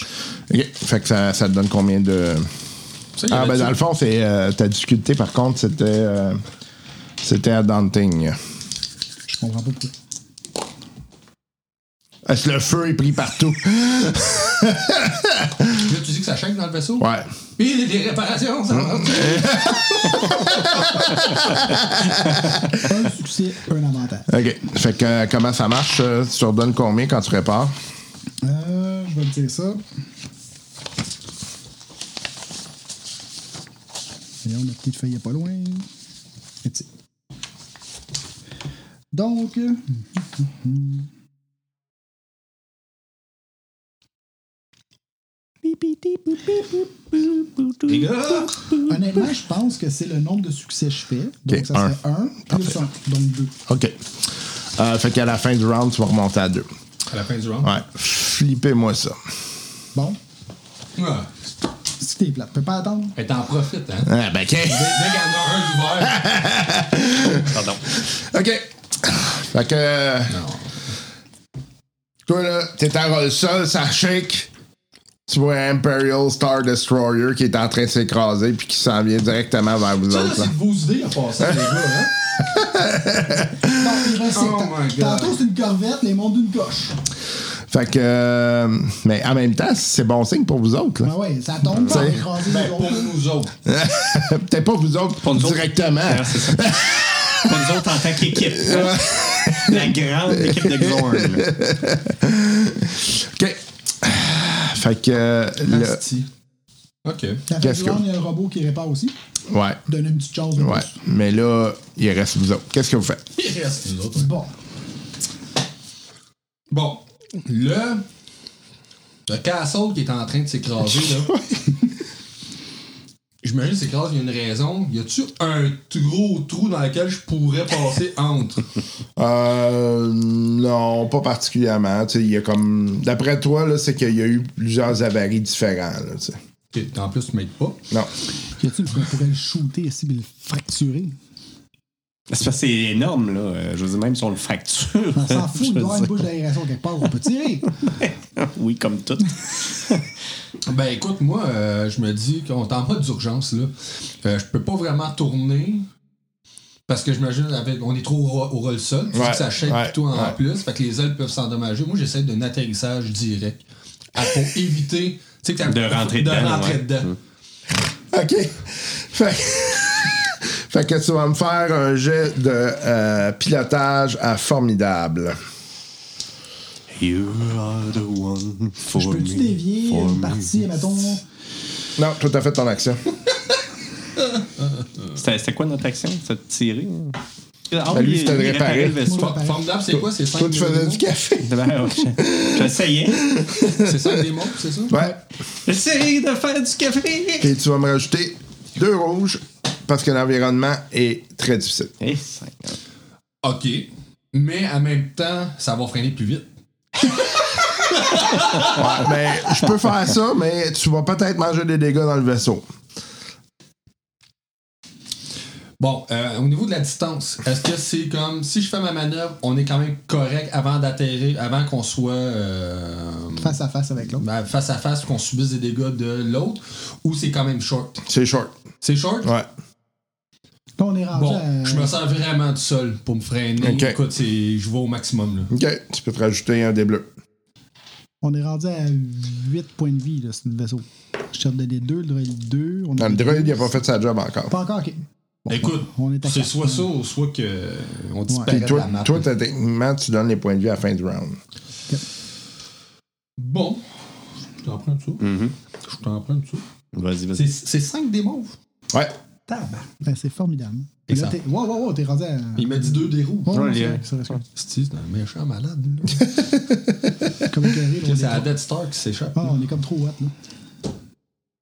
OK. Fait que ça, ça te donne combien de.
Ça, il y
Ah,
avait
ben,
ça.
dans le fond, c'est euh, ta difficulté, par contre, c'était. euh, c'était à Danting.
Je comprends pas pourquoi.
Parce que Le feu est pris partout.
Là, tu dis que ça chèque dans le vaisseau?
Ouais.
Puis les réparations, ça va.
Un succès, un avantage.
OK. Fait que euh, comment ça marche? euh, Tu te redonnes combien quand tu répares?
Euh, je vais te dire ça. Voyons, ma petite feuille est pas loin. Et tu sais. Donc. euh,
Les gars,
Honnêtement, je pense que c'est le nombre de succès que je fais. Donc,
Ok,
ça serait 1 plus
Parfait.
1, donc 2.
OK. Euh, fait qu'à la fin du round, tu vas remonter à deux.
à la fin du round.
Ouais. Flippez-moi ça.
Bon,
Ouais.
si t'es plate, peux pas attendre.
Et t'en profites, hein?
Ah, ben, OK.
Dès dès qu'il y en a un d'ouvert.
Pardon.
OK. Fait que. euh, Toi, là, t'es à rôle seul, ça shake. Tu vois un Imperial Star Destroyer qui est en train de s'écraser puis qui s'en vient directement vers vous
Ça, là,
autres. là.
c'est de vos idées à passer, les gars, hein?
Non, je sais,
Oh
tant-
my God.
Tantôt, c'est une corvette, les mondes d'une coche.
Fait que. euh, mais en même temps, c'est bon signe pour vous autres. là.
Ah ouais, ça tombe, ça va
C'est-
écraser les
Ben,
autres.
pour nous autres.
Peut-être pas vous autres
Pour nous autres.
directement.
Ah, c'est ça. Pas nous autres en tant qu'équipe. hein. La grande équipe de Glorn. là.
OK. Fait que. euh, le-
Asti. OK.
La fin
Qu'est-ce
du
que-
round, il y a un robot qui répare aussi.
Ouais.
Donne une petite chose de
Ouais.
plus.
Mais là, il reste vous autres. Qu'est-ce que vous faites?
Il reste nous autres.
Bon,
Bon, le. Le castle qui est en train de s'écraser, là. J'imagine que s'écrase, il y a une raison. Y a-tu un t- gros trou dans lequel je pourrais passer entre?
Euh, non, pas particulièrement. Tu sais, il y a comme. D'après toi, là, c'est qu'il y a eu plusieurs avaries différentes. là, tu sais.
Ok, En plus, tu m'aides pas.
Non.
y a-t-il qu'on pourrait le shooter ici et le fracturer?
C'est parce que c'est énorme, là. Euh, Je veux dire, même si on le fracture.
On s'en fout,
je
il
veux
doit y avoir une
dire,
bouche d'aération quelque part, on peut tirer.
Oui, comme tout.
Ben écoute, moi, euh, je me dis qu'on est en mode d'urgence, là. Euh, je peux pas vraiment tourner. Parce que j'imagine, avec, on est trop au, ro- au roll sol. Tu dis
Ouais,
que ça chèque
ouais,
plutôt en
ouais.
plus. Fait que les ailes peuvent s'endommager. Moi, j'essaie d'un atterrissage direct. à- pour éviter. tu sais, que t'as-
Hum.
De rentrer dedans,
rentrer
ouais.
dedans.
OK. Fait, que- Fait que tu vas me faire un jet de euh, pilotage à formidable.
You are the one for
Je peux-tu dévier une partie, mettons?
Non, tout à fait ton action.
C'était c'était quoi notre action? C'était de tirer? hein? Ah
Ben, lui,
il-
c'était de
il
réparer.
réparait le vaisseau.
Moi,
For- Formidable, c'est quoi? C'est 5
Toi, tu faisais du café.
Ben, ouais, je- J'essayais.
C'est 5 démons, c'est ça?
Ouais.
J'essayais de faire du café.
Et tu vas me rajouter deux rouges parce que l'environnement est très difficile.
Eh, cinq.
OK. Mais en même temps, ça va freiner plus vite.
Mais Ben, je peux faire ça, mais tu vas peut-être manger des dégâts dans le vaisseau.
Bon, euh, au niveau de la distance, est-ce que c'est comme si je fais ma manœuvre, on est quand même correct avant d'atterrir, avant qu'on soit euh,
Face à face avec l'autre.
ben, face à face, qu'on subisse des dégâts de l'autre, ou c'est quand même short?
C'est short.
C'est short?
Ouais.
Là, on est rendu
Bon,
à...
je me sens vraiment tout seul pour me freiner.
Ok.
Écoute, c'est- je vais au maximum. Là.
OK. Tu peux te rajouter un des bleus.
On est rendu à 8 points de vie, là, sur le vaisseau. Je te redonné 2, le droïde 2. On
Dans
a
le droïde, il n'a
deux.
pas fait sa job encore.
Pas encore, ok.
Écoute,
on est à
c'est
quatre.
soit ça ou soit que euh, on disparaît
Puis
de
toi,
la map.
toi, t'as- techniquement, tu donnes les points de vue à la fin du round.
bon, je t'en prends de ça. Je t'en prends de ça.
Vas-y, vas-y.
C'est- C'est 5 des mauves.
Ouais.
Tabarnak. Ben, c'est formidable.
Et
Et là,
ça-
t'es... Wow, wow, wow, t'es rendu à...
Il m'a dit 2 des roues.
Ouais, ouais,
les-
c'est vrai, c'est vrai, c'est vrai.
C'est un méchant malade.
Comme Gary, là, on est
C'est la
trop-
Dead Star qui s'échappe.
Ah, on est comme trop hot, là.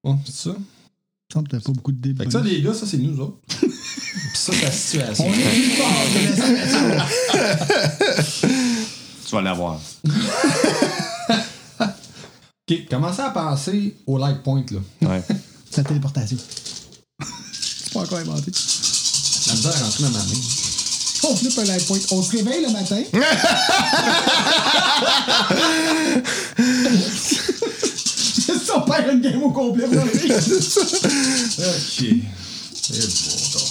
Bon, c'est ça.
Il semble que t'as pas beaucoup de débats.
Fait que ça, les gars, ça, c'est nous autres. Puis ça, c'est la situation.
On est plus fort que la situation.
Tu vas l'avoir.
OK, commencez à penser au light point, là.
Ouais.
C'est la téléportation. C'est pas encore inventé.
La misère est rentrée dans ma main.
On flippe un light point. On se réveille le matin. C'est on perd une game au complet. vous avez vu?
OK. Eh, Et bon, donc.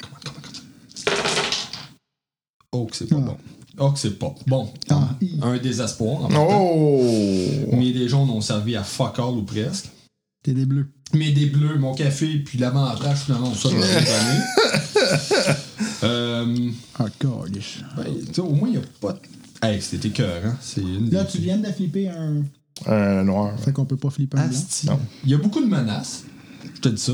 Comment, comment, comment? Oh, que c'est pas bon. Oh, que c'est pas bon.
Ah.
Un désespoir. en partant.
Oh!
Mais les jaunes ont servi à fuck all ou presque.
T'es des bleus.
Mais des bleus, mon café, puis l'avantage, finalement, ça, je vais le donner. Euh,
Encore,
ben, tu sais, au moins, il n'y a pas de. Hey, c'était cœur, hein? C'est une
Là,
des-
tu viens de flipper un.
Un noir.
Fait qu'on peut pas flipper un blanc.
Asti. Il y a beaucoup de menaces. Je te dis ça.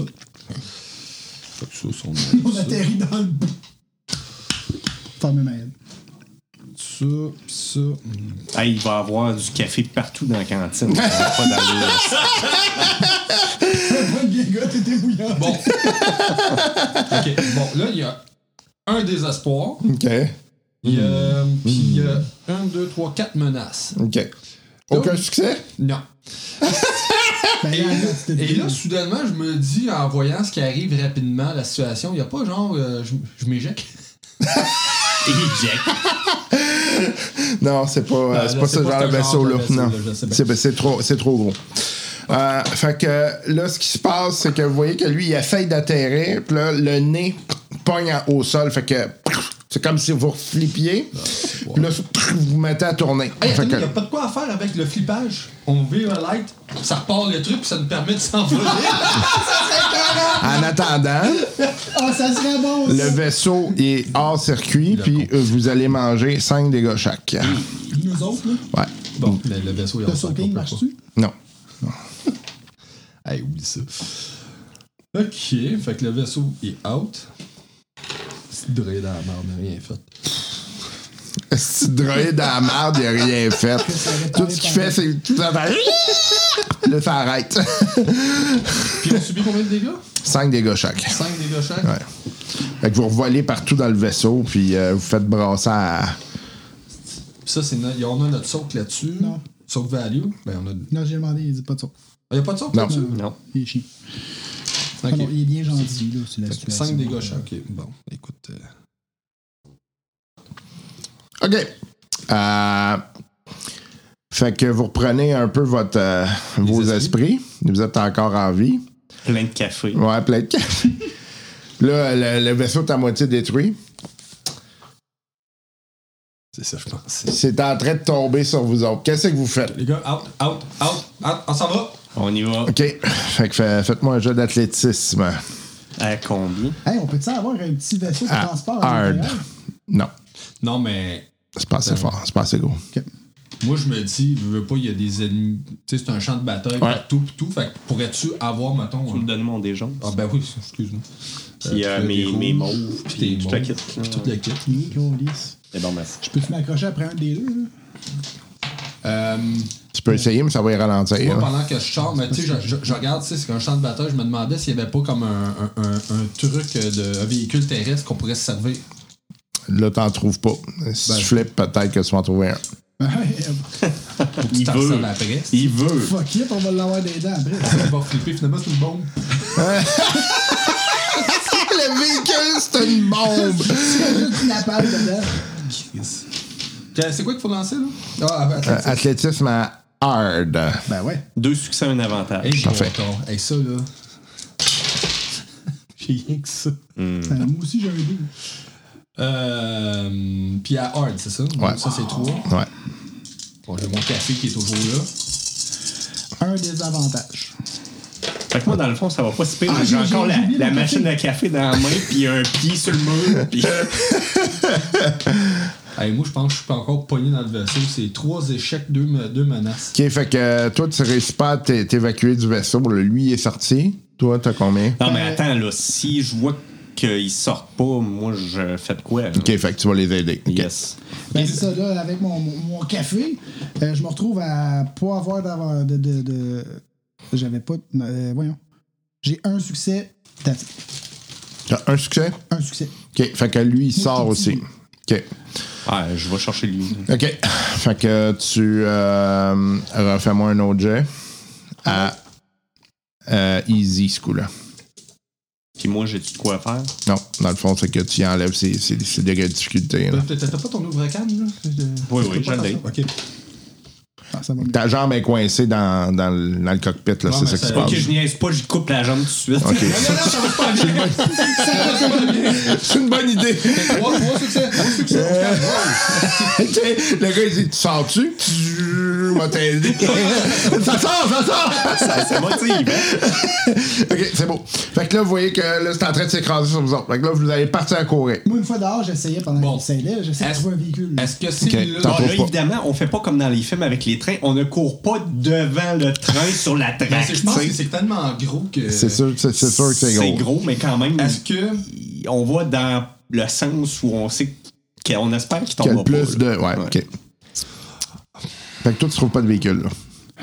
Fuck ça, son
On atterrit dans le bout. Ferme ma aide.
Ça, pis ça.
Hey, il va y avoir du café partout dans la cantine. Ça va pas d'allure.
Moi, bien gars, t'étais bouillant.
Bon. OK. Bon, là, il y a un désespoir.
OK.
Il y a. Puis il y a un, deux, trois, quatre menaces.
OK. Aucun succès?
Non.
Ben,
Et,
là, tu t'es
et
dit-
là, soudainement, je me dis, en voyant ce qui arrive rapidement, la situation, il n'y a pas genre, euh, je, je m'éjecte.
Et Jack.
Non, c'est pas, euh,
Ah,
c'est
là,
pas
c'est
ce
pas
genre
ce genre
de
de
vaisseau-là.
vaisseau,
non.
là, je sais bien.
C'est- C'est trop, c'est trop gros. Euh, fait que là, ce qui se passe, c'est que vous voyez que lui, il essaye d'atterrir, puis là, le nez pogne en- au sol, fait que c'est comme si vous flippiez, puis là, vous mettez à tourner.
Ah, Hey,
Fait
attendez, il
que-
n'y a pas de quoi à faire avec le flippage. On vire un light, ça repart le truc, puis ça nous permet de s'envoler.
en attendant,
Ah, ça serait bon.
le vaisseau est hors circuit, puis euh, vous allez manger 5 dégâts chaque.
Nous autres, là.
Ouais.
bon, mais le vaisseau, il
Le sauting marche-tu?
Non.
Hey, oublie ça. Ok, fait que le vaisseau est out. C'est dré dans la merde, on a rien fait.
Si droïde dans la merde, il a rien fait. Tout ce qu'il fait, c'est. tout ça fait- Là, ça arrête.
Puis on subit combien de dégâts
5 dégâts chaque.
5 dégâts chaque
Ouais. Fait que vous revolez partout dans le vaisseau, puis euh, vous faites brasser à.
Puis ça, c'est no- on a notre saut là-dessus.
Non.
Saut value. Ben, on a.
Non, j'ai demandé, il dit pas de ça.
Il n'y a pas de saut
Non.
là-dessus
Non.
Il est chiant.
Ok.
Ah non, il est bien gentil, là, c'est la situation.
5 dégâts chaque. Ok, bon, écoute. euh,
OK. Euh, Fait que vous reprenez un peu votre, euh, vos esprits. Vous êtes encore en vie.
Plein de café.
Ouais, plein de café. Là, le, le vaisseau est à moitié détruit.
C'est ça, je pense.
C'est en train de tomber sur vous autres. Qu'est-ce que vous faites?
Les gars, out, out, out, out, on s'en va.
On y va.
OK. Fait que fa- faites-moi un jeu d'athlétisme.
À combien?
Hey, on peut-tu avoir un petit vaisseau de
Ah,
transport à
hard.
l'intérieur?
Non,
Non, mais
c'est pas assez fort, c'est pas assez gros.
moi, je me dis, je veux pas, il y a des ennemis. Tu sais, c'est un champ de bataille, partout, pis tout. Fait que pourrais-tu avoir, mettons.
Tu me
un-
donnes mon déjà.
Ah, ben oui, excuse-moi.
Puis euh,
tu fais
mes,
des roues,
mes mauves.
Puis
Puis
tes
tout
mauves,
le kit.
Puis tout le kit.
Mm.
Ni qu'on lisse.
C'est bon, merci.
Je peux-tu m'accrocher après un des deux? là?
Euh,
Tu peux essayer, mais ça va y ralentir. hein.
Moi,
là.
pendant que je sors, mais tu sais, je, je- je regarde, tu sais, c'est un champ de bataille, je me demandais s'il n'y avait pas comme un, un- un- un truc de un véhicule terrestre qu'on pourrait se servir.
Là, t'en trouves pas. Si tu flippes, peut-être que tu vas en trouver un.
Pour que tu
Il
t'en
veut.
ressembles après. Si
Il veut.
Fuck it, on va l'avoir des dents après.
tu vas flipper, finalement, c'est une bombe.
Le véhicule, c'est une bombe!
C'est juste une appel dedans.
Qu'est- C'est quoi qu'il faut lancer, là? Ah, attends.
Euh, athlétisme à hard.
Ben ouais.
Deux succès, un avantage.
Hey, mon
parfait.
con. Hey, ça, là.
J'ai rien que ça. Ben, moi aussi, j'ai un deux.
Euh, Puis à hard, c'est ça?
Ouais.
Ça, c'est trois.
Ouais.
Bon, j'ai mon café qui est toujours là.
Un désavantage.
Fait que moi, dans le fond, ça va pas se pire.
Ah,
J'ai
j'ai-
encore
j'ai
la,
oublié
la
le
machine à café dans la main, puis un pied sur le mur. Puis
Hey, moi, je pense que je suis pas encore pogné dans le vaisseau. C'est trois échecs, deux, me- deux menaces.
Ok, fait que euh, toi, tu réussis pas à t'é- t'évacuer du vaisseau. Lui, il est sorti. Toi, t'as combien?
Non, mais
Euh,
attends, là, si je vois qu'ils sortent pas, moi, je fais de quoi? là?
Ok, fait que tu vas les aider. Ok.
Yes.
Ben c'est ça, là, avec mon, mon- mon café, euh, je me retrouve à pas avoir d'avoir de, de, de- J'avais pas. de- euh, voyons. J'ai un succès. That's it.
T'as un succès?
Un succès.
Ok, fait que lui, il sort aussi. Ok.
Ah, je vais chercher lui.
Ok, fait que tu euh, refais-moi un autre jet à euh, Easy ce coup-là.
Puis moi, j'ai-tu de quoi faire?
Non, dans le fond, c'est que tu enlèves ses, ses, ses degrés de difficulté. là.
T'as t'as pas ton ouvre-canne, là?
Oui, oui,
T'as
j'en
pas
ai.
ça? Ok.
Ah, ça va mieux.
Ta jambe est coincée dans, dans, le, dans le cockpit, là,
Ouais,
c'est
mais
ça qui
ça-
se
Ah,
Ok,
passe.
je niaise pas, j'y coupe la jambe tout de suite.
Ok.
Non, non, ça va pas bien.
C'est une bonne idée. Euh,
Trois, trois succès, trois succès. on se calme.
Ok, le gars, il dit Sors-tu Tu m'as t'aider. ça sort, ça sort
ça, ça Ah, motive. hein?
Ok, c'est beau. Fait que là, vous voyez que là, c'est en train de s'écraser sur vous autres. Fait que là, vous allez partir à courir.
Moi, une fois dehors, j'essayais pendant
Bon.
qu'il s'aidait, j'essayais de
Est-ce-
trouver un véhicule.
Est-ce que c'est
Ok,
là? Ben,
t'en
Bon,
Faut
là,
pas.
évidemment, on fait pas comme dans les films avec les trains. On ne court pas devant le train sur la
Ben,
traque.
c'est- je pense
tu
que
sais.
c'est tellement gros que.
C'est sûr, c'est c'est sûr que c'est gros.
mais quand même,
Est-ce que.
on va dans le sens où on sait qu'on espère qu'il
Qu'il y a
tombe
le plus
pas.
de. Ouais, ok. Fait que toi, tu trouves pas de véhicule, là.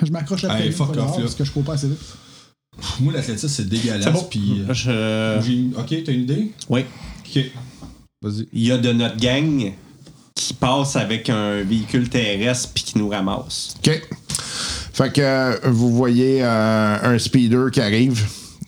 Je m'accroche la
Hey,
une
fuck off,
fois dehors
là.
parce que je cours pas assez vite.
Pff, Moi, l'athlétisme, c'est
C'est
dégueulasse.
bon.
Puis. euh,
Je-
j'ai une- Ok, t'as une idée?
Oui.
Ok. Vas-y.
Il y a de notre gang qui passe avec un véhicule terrestre puis qui nous ramasse.
OK. Fait que euh, vous voyez euh, un speeder qui arrive,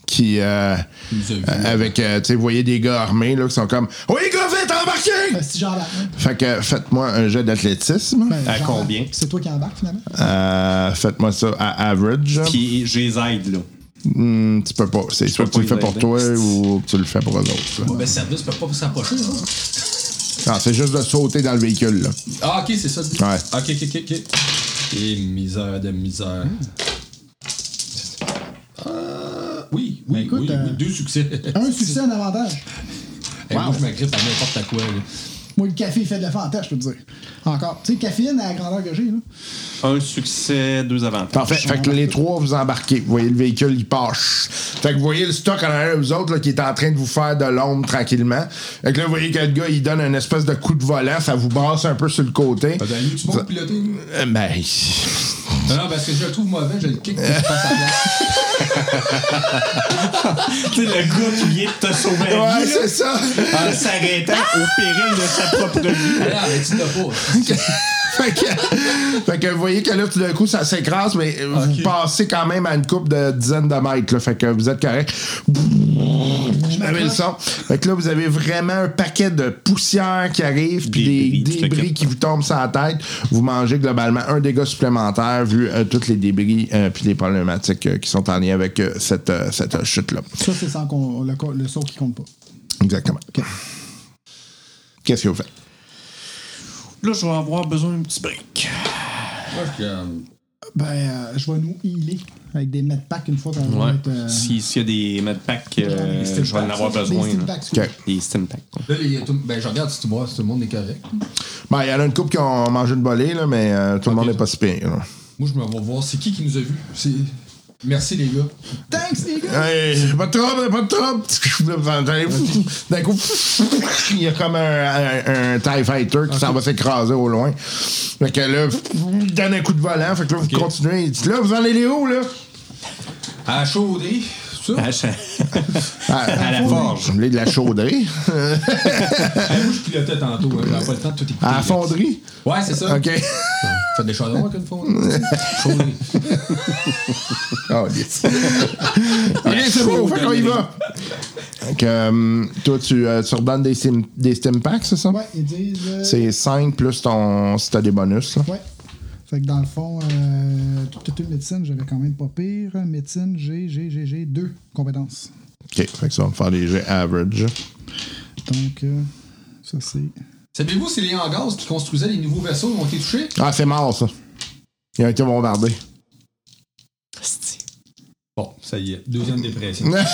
qui. euh,
nous a vus.
euh, avec, euh, tu sais, vous voyez des gars armés, là, qui sont comme Oui, gars, vite, embarquez!
Ben, si j'embarque, hein.
Fait que euh, faites-moi un jet d'athlétisme.
Ben,
À
j'embarque.
combien?
C'est toi qui embarques finalement?
Euh, faites-moi ça à average.
Puis je les aide, là.
Hmm, tu peux pas. C'est soit
peux
que tu le
pas
fais
les
pour
aider.
toi ou tu le fais pour eux autres. là.
Ben, service peut pas s'approcher, hein?
Non, c'est juste de sauter dans le véhicule, là.
Ah, ok, c'est ça. le but.
Ouais.
Ok, ok, ok, ok. Et misère de misère.
Hmm.
Ah, Oui, oui,
écoute,
oui,
euh,
oui, deux succès.
Un succès, un avantage.
Hey,
wow.
Moi, je m'agrippe à n'importe quoi. là.
Moi, le café, il fait de la fantasme, je peux te dire. Encore. Tu sais, caféine à la grandeur que j'ai, là.
Un succès, deux avantages.
Parfait. Fait que les trois, vous embarquez. Vous voyez le véhicule, il passe. Fait que vous voyez le stock en arrière de vous autres là, qui est en train de vous faire de l'ombre tranquillement. Fait que là, vous voyez que le gars, il donne un espèce de coup de volant. Ça vous brasse un peu sur le côté.
Ah, Daniel, tu peux piloter? Non,
Euh, ben,
non, parce que je le trouve mauvais, je le kick puis je passe à la place.
Tu sais, le gars qui vient de te sauver la
ouais,
vie, là,
c'est ça.
en s'arrêtant au péril de sa propre vie.
Ah, mais tu l'as pas.
fait, que, fait que vous voyez que là, tout d'un coup, ça s'écrase, mais vous passez quand même à une coupe de dizaines de mètres. là. Fait que vous êtes correct. Vous avez le son. Fait que là, vous avez vraiment un paquet de poussière qui arrive, puis
Débris,
des
tout le
débris
kit.
qui vous tombent sur la tête. Vous mangez globalement un dégât supplémentaire vu euh, tous les débris euh, puis les problématiques euh, qui sont en lien avec euh, cette, euh, cette euh, chute-là.
Ça, c'est sans qu'on. Le, co- le saut qui compte pas.
Exactement. Qu'est-ce que vous faites?
Là, je vais avoir besoin d'un petit break.
Moi, je, euh,
Ben, euh, je vais nous healer avec des medpacks une fois qu'on va être. euh,
Si- S'il y a des medpacks, euh,
des
je vais en
steampacks,
avoir
ça,
besoin.
Des steam
là.
packs,
Ok.
Des steam packs. ouais.
Là, les- tout- ben, je regarde si tu bois, si tout le monde est correct.
Ben, il y en a une couple qui ont mangé de bolée, là, mais euh, tout le monde n'est pas si pire. là.
Moi, je me vais voir. C'est qui qui nous a vus? C'est... Merci, les gars.
Thanks, les gars!
Hey, pas de trouble, pas de trouble. D'un coup, il y a comme un, un, un TIE Fighter qui s'en va s'écraser au loin. Fait que là, il donne un coup de volant. Fait que là, vous continuez. Il dit là, vous allez les où, là?
À chaudé, c'est ça?
Ah, je-
À,
la forge.
Vous voulez de la chauderie?
Ah, moi, je pilotais tantôt. Hein. J'avais pas le temps de tout écouter.
à la fonderie?
Ouais, c'est ça.
OK.
Faites des chaudrons avec une fois. Chaudé.
Oh, yes. OK, c'est bon. Fait qu'on y va. Fait que, euh, toi, tu, euh, tu redonnes des, sim- des Steam Packs, c'est ça?
Ouais, ils disent. euh,
C'est 5 plus ton. si t'as des bonus, là.
Ouais. Fait que dans le fond, euh, tout, tout, tout, médecine, j'avais quand même pas pire. Médecine, j'ai, j'ai, j'ai, j'ai deux compétences.
OK. Fait que ça va me faire des jets average.
Donc, euh, ça c'est.
Savez-vous, c'est les hangars qui construisaient les nouveaux vaisseaux qui ont été touchés?
Ah, c'est mort, ça. Il a été bombardé.
Bon, ça y est. Deuxième dépression.
Ah,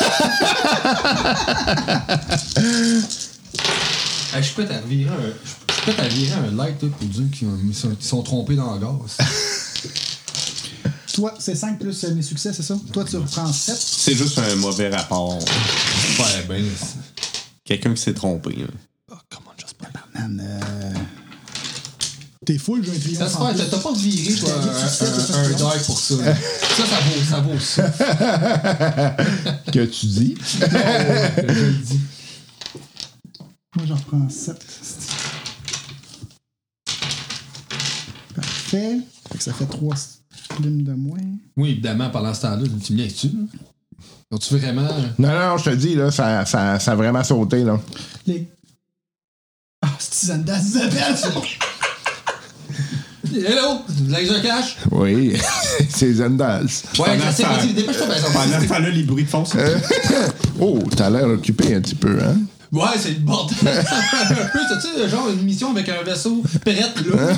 je suis prêt à virer un, je suis prêt à virer un light là, pour dire qu'ils ont- ils sont, ils sont trompés dans le gaz.
Toi, c'est 5 plus euh, mes succès, c'est ça? Toi, tu reprends 7.
C'est juste un mauvais rapport.
ouais, ben, c'est-
Quelqu'un qui s'est trompé. là.
Man, euh, T'es full, j'ai un triomphe.
ça se
en
fait, t'as-
plus.
t'as pas viré toi,
Je t'avais dit, tu fais ça, ça,
un, un, un
c'est bon.
die pour ça. là. Ça, ça vaut, ça vaut ça.
que tu dis.
Moi, j'en reprends 7. Parfait. Fait que ça fait 3 plumes de moins.
Oui, évidemment, pendant ce temps-là, tu me tu tu vraiment.
Non, non, je te dis, là, ça, ça, ça a vraiment sauté, là.
Les. Ah, c'est Zanda Isabelle!
Hello! Laser cash?
Oui, c'est Zendals.
Ouais, je sais pas, dépêche-toi, ben, ça va.
Pendant ce temps-là, les bruits de fond, c'est
Oh, t'as l'air occupé un petit peu, hein?
Ouais, c'est le bordel.
Euh.
un peu, tu sais, genre une mission avec un vaisseau prête,
Hein?
là.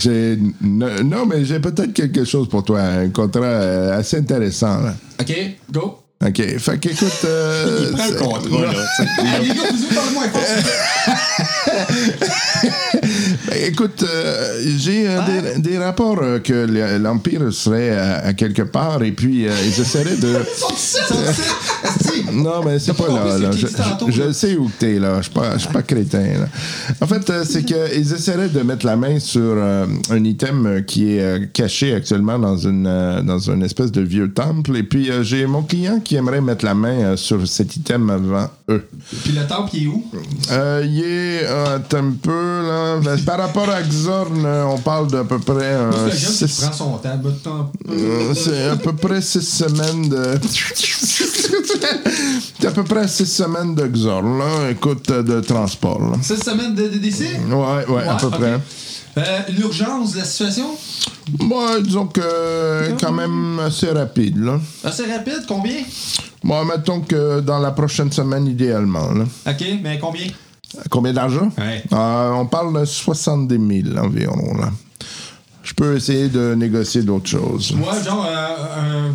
J'ai- Non, non, mais j'ai peut-être quelque chose pour toi, un contrat euh, assez intéressant, là.
OK, go.
OK, fait qu'écoute... euh,
Il prend le
c'est-
contrat, là. tu sais.
Hey, Ah, les gars, vous êtes dans le moins fort.
Euh.
Ben, écoute, euh, j'ai euh, des, des rapports euh, que le- l'Empire serait à, à quelque part et puis euh, ils essaieraient de... Non, mais c'est
T'as
pas,
pas compris
là. là.
ce
Je,
qu'il dit tantôt,
je- je
là.
le sais où que t'es, là. Je suis pas, je suis pas crétin, là. En fait, euh, c'est qu'ils essaieraient de mettre la main sur euh, un item euh, qui est euh, caché actuellement dans une, euh, dans une espèce de vieux temple. Et puis, euh, j'ai mon client qui aimerait mettre la main euh, sur cet item avant eux.
Puis le temple, il est où?
Euh, il est euh, attends un peu, là. Ben, Par rapport à Xorn, euh, on parle d'à peu près. euh,
Moi, c'est le jeune qui
six-
prend son temps. Bah, tant
euh, c'est à peu près six semaines de. c'est à peu près six semaines de Xorn, là. Écoute, euh, de transport, là.
Cette semaine de, de décès?
Ouais, ouais, à peu
ok.
près.
Euh, L'urgence de la situation?
Ouais, disons que euh, quand même assez rapide, là.
Assez Ah, rapide, combien?
Bon, mettons que dans la prochaine semaine, idéalement, là.
OK, mais combien?
Combien d'argent?
Ouais.
Euh, on parle de 70 000 environ, là. Je peux essayer de négocier d'autres choses.
Ouais, genre euh,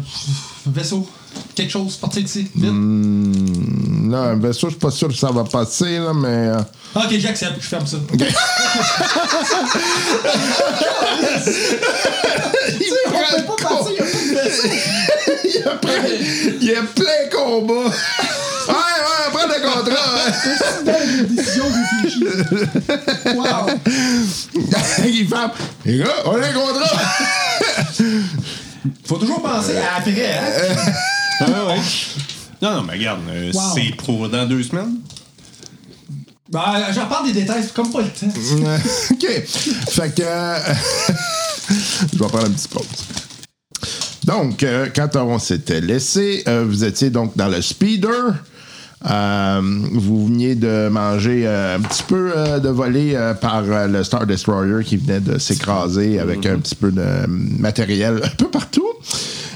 un vaisseau. Quelque chose, partir d'ici, vite.
Hmm, Là, un vaisseau, je suis pas sûr que ça va passer, là, mais... euh,
Ok, j'accepte, je ferme ça.
On peut pas partir, il y a pas de
Il y a plein, il y a plein de combats! ouais, ouais, prends le contrat! hein.
décision réfléchie. Wow!
il frappe. Les gars, on a un contrat!
Faut toujours penser à après, hein?
Ah, ouais. Non, non, mais regarde, euh,
Wow.
c'est pour dans deux semaines.
Bah, j'en parle des détails, c'est comme pas le temps.
Euh, OK. Fait que... euh, je vais prendre une petite pause. Donc, euh, quand on s'était laissé, euh, vous étiez donc dans le speeder. Euh, vous veniez de manger euh, un petit peu euh, de volée euh, par euh, le Star Destroyer qui venait de s'écraser avec un petit peu de euh, matériel un peu partout.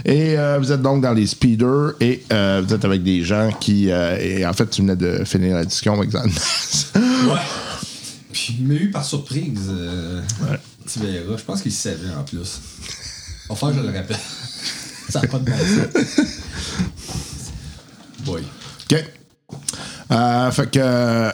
Et euh, vous êtes donc dans les speeders et euh, vous êtes avec des gens qui. euh, et en fait, tu venais de finir la discussion avec Zan.
Ouais. Puis
Il m'a eu par surprise. euh, Tu verras. Je pense qu'il savait en plus. Enfin, je le rappelle. ça n'a pas de bon sens. Boy.
OK. Euh, fait que.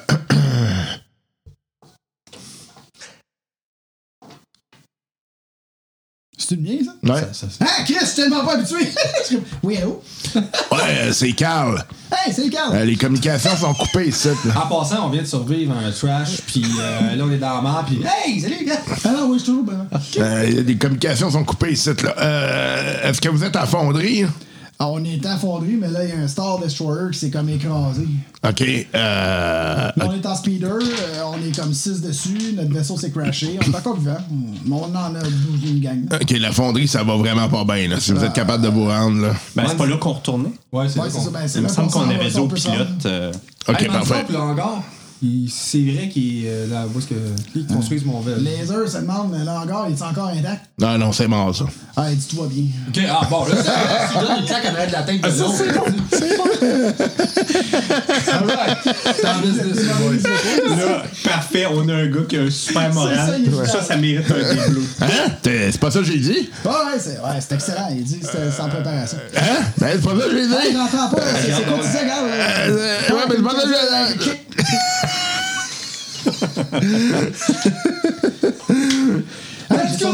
C'est une mien, ça?
Ouais.
Ça, ça-
Ah, Chris, je suis tellement pas habitué! Je suis comme, oui, allô?
Ouais, c'est Carl.
Hey, c'est le Carl!
Euh, les communications sont coupées ici. là.
En passant, on vient de survivre à un trash, puis euh, là, on est dans la mort, puis.
Hey, salut, gars! Ah non, oui, je suis toujours bien.
Euh, les communications sont coupées ici. là. Euh, Est-ce que vous êtes à fonderie? là?
Ah, on est effondré, mais là, il y a un Star Destroyer qui s'est comme écrasé.
OK. Euh,
Là, on est en speeder, euh, on est comme 6 dessus, notre vaisseau s'est crashé, on est encore vivant, mais on en a bougé une gang.
OK, la fonderie, ça va vraiment pas bien. là, si vous êtes capable de vous rendre. Là.
Ben, c'est pas là qu'on retournait.
Ouais, c'est
Ouais, c'est ça, ben, c'est
Il me
là
semble qu'on
s'en va,
avait
si
dit
on
au
peut s'en-
pilote. euh,
OK,
Hey,
parfait.
Mansour, puis le hangar, il- c'est vrai qu'il euh, là, où est-ce que ils construisent mon vélo.
Les heures se demandent, le hangar, il est encore intact?
Non, non, c'est mort, ça.
Ah, il dit tout va bien.
Ok, ah bon, là, ça, tu donnes une claque en arrière de la tête de l'autre. Ah, C'est bon, Alright. T'es en business, les boys.
Là, parfait, on a un gars qui a un super moral.
C'est ça,
Ça, ça, mérite un déblo.
Hein? T'es- C'est pas ça que j'ai dit?
Ah, ouais, c'est ouais, c'est excellent, il dit c'est c'est en préparation.
Euh,
Hein? Ben, c'est pas ça que j'ai
Hey,
dit?
j'entends pas, c'est c'est quotidien, regarde.
Euh, ouais, mais c'est pas ça que j'ai dit.
Ah, j'ai son-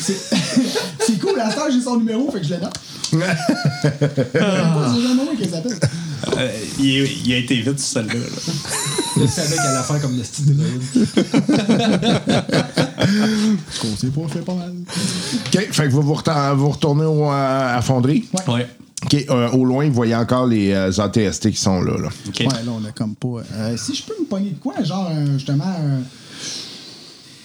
C'est- C'est cool, à ce temps, j'ai son numéro, fait que je le note. C'est jamais moi qui les appelle.
Euh, il, est- il a été vite, sur celle-là. là.
Je savais qu'elle allait faire comme le style de l'autre.
On sait pas, fait pas mal.
OK, fait que vous vous reta- vous retournez au, euh, à fonderie.
Ouais.
OK, euh, au loin, vous voyez encore les euh, ATST qui sont là. là.
OK.
Ouais, là, on l'a comme pas. Euh, si je peux me pogner de quoi, genre, euh, justement, euh,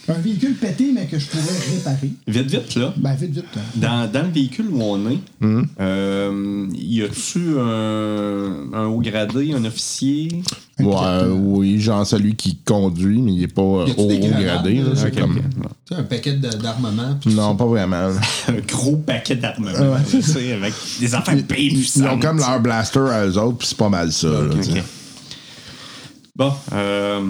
un véhicule pété, mais que je pourrais réparer.
Vite, vite, là.
Ben, vite, vite. hein.
Dans, dans le véhicule où on est,
Mhm.
euh, y a-tu un, un haut gradé, un officier?
Ouais, euh, oui, genre celui qui conduit, mais il est pas euh,
Y a-tu
haut,
des
haut
grenades,
gradé. là,
là,
c'est
ok,
comme-
Tu sais, un paquet de- d'armement. puis-
Non, pas vraiment. là.
Un gros paquet d'armements, tu sais, avec des affaires bien
Ils ont
puissantes.
comme leur blaster à eux autres, puis c'est pas mal ça. là, tu sais.
Bon, euh,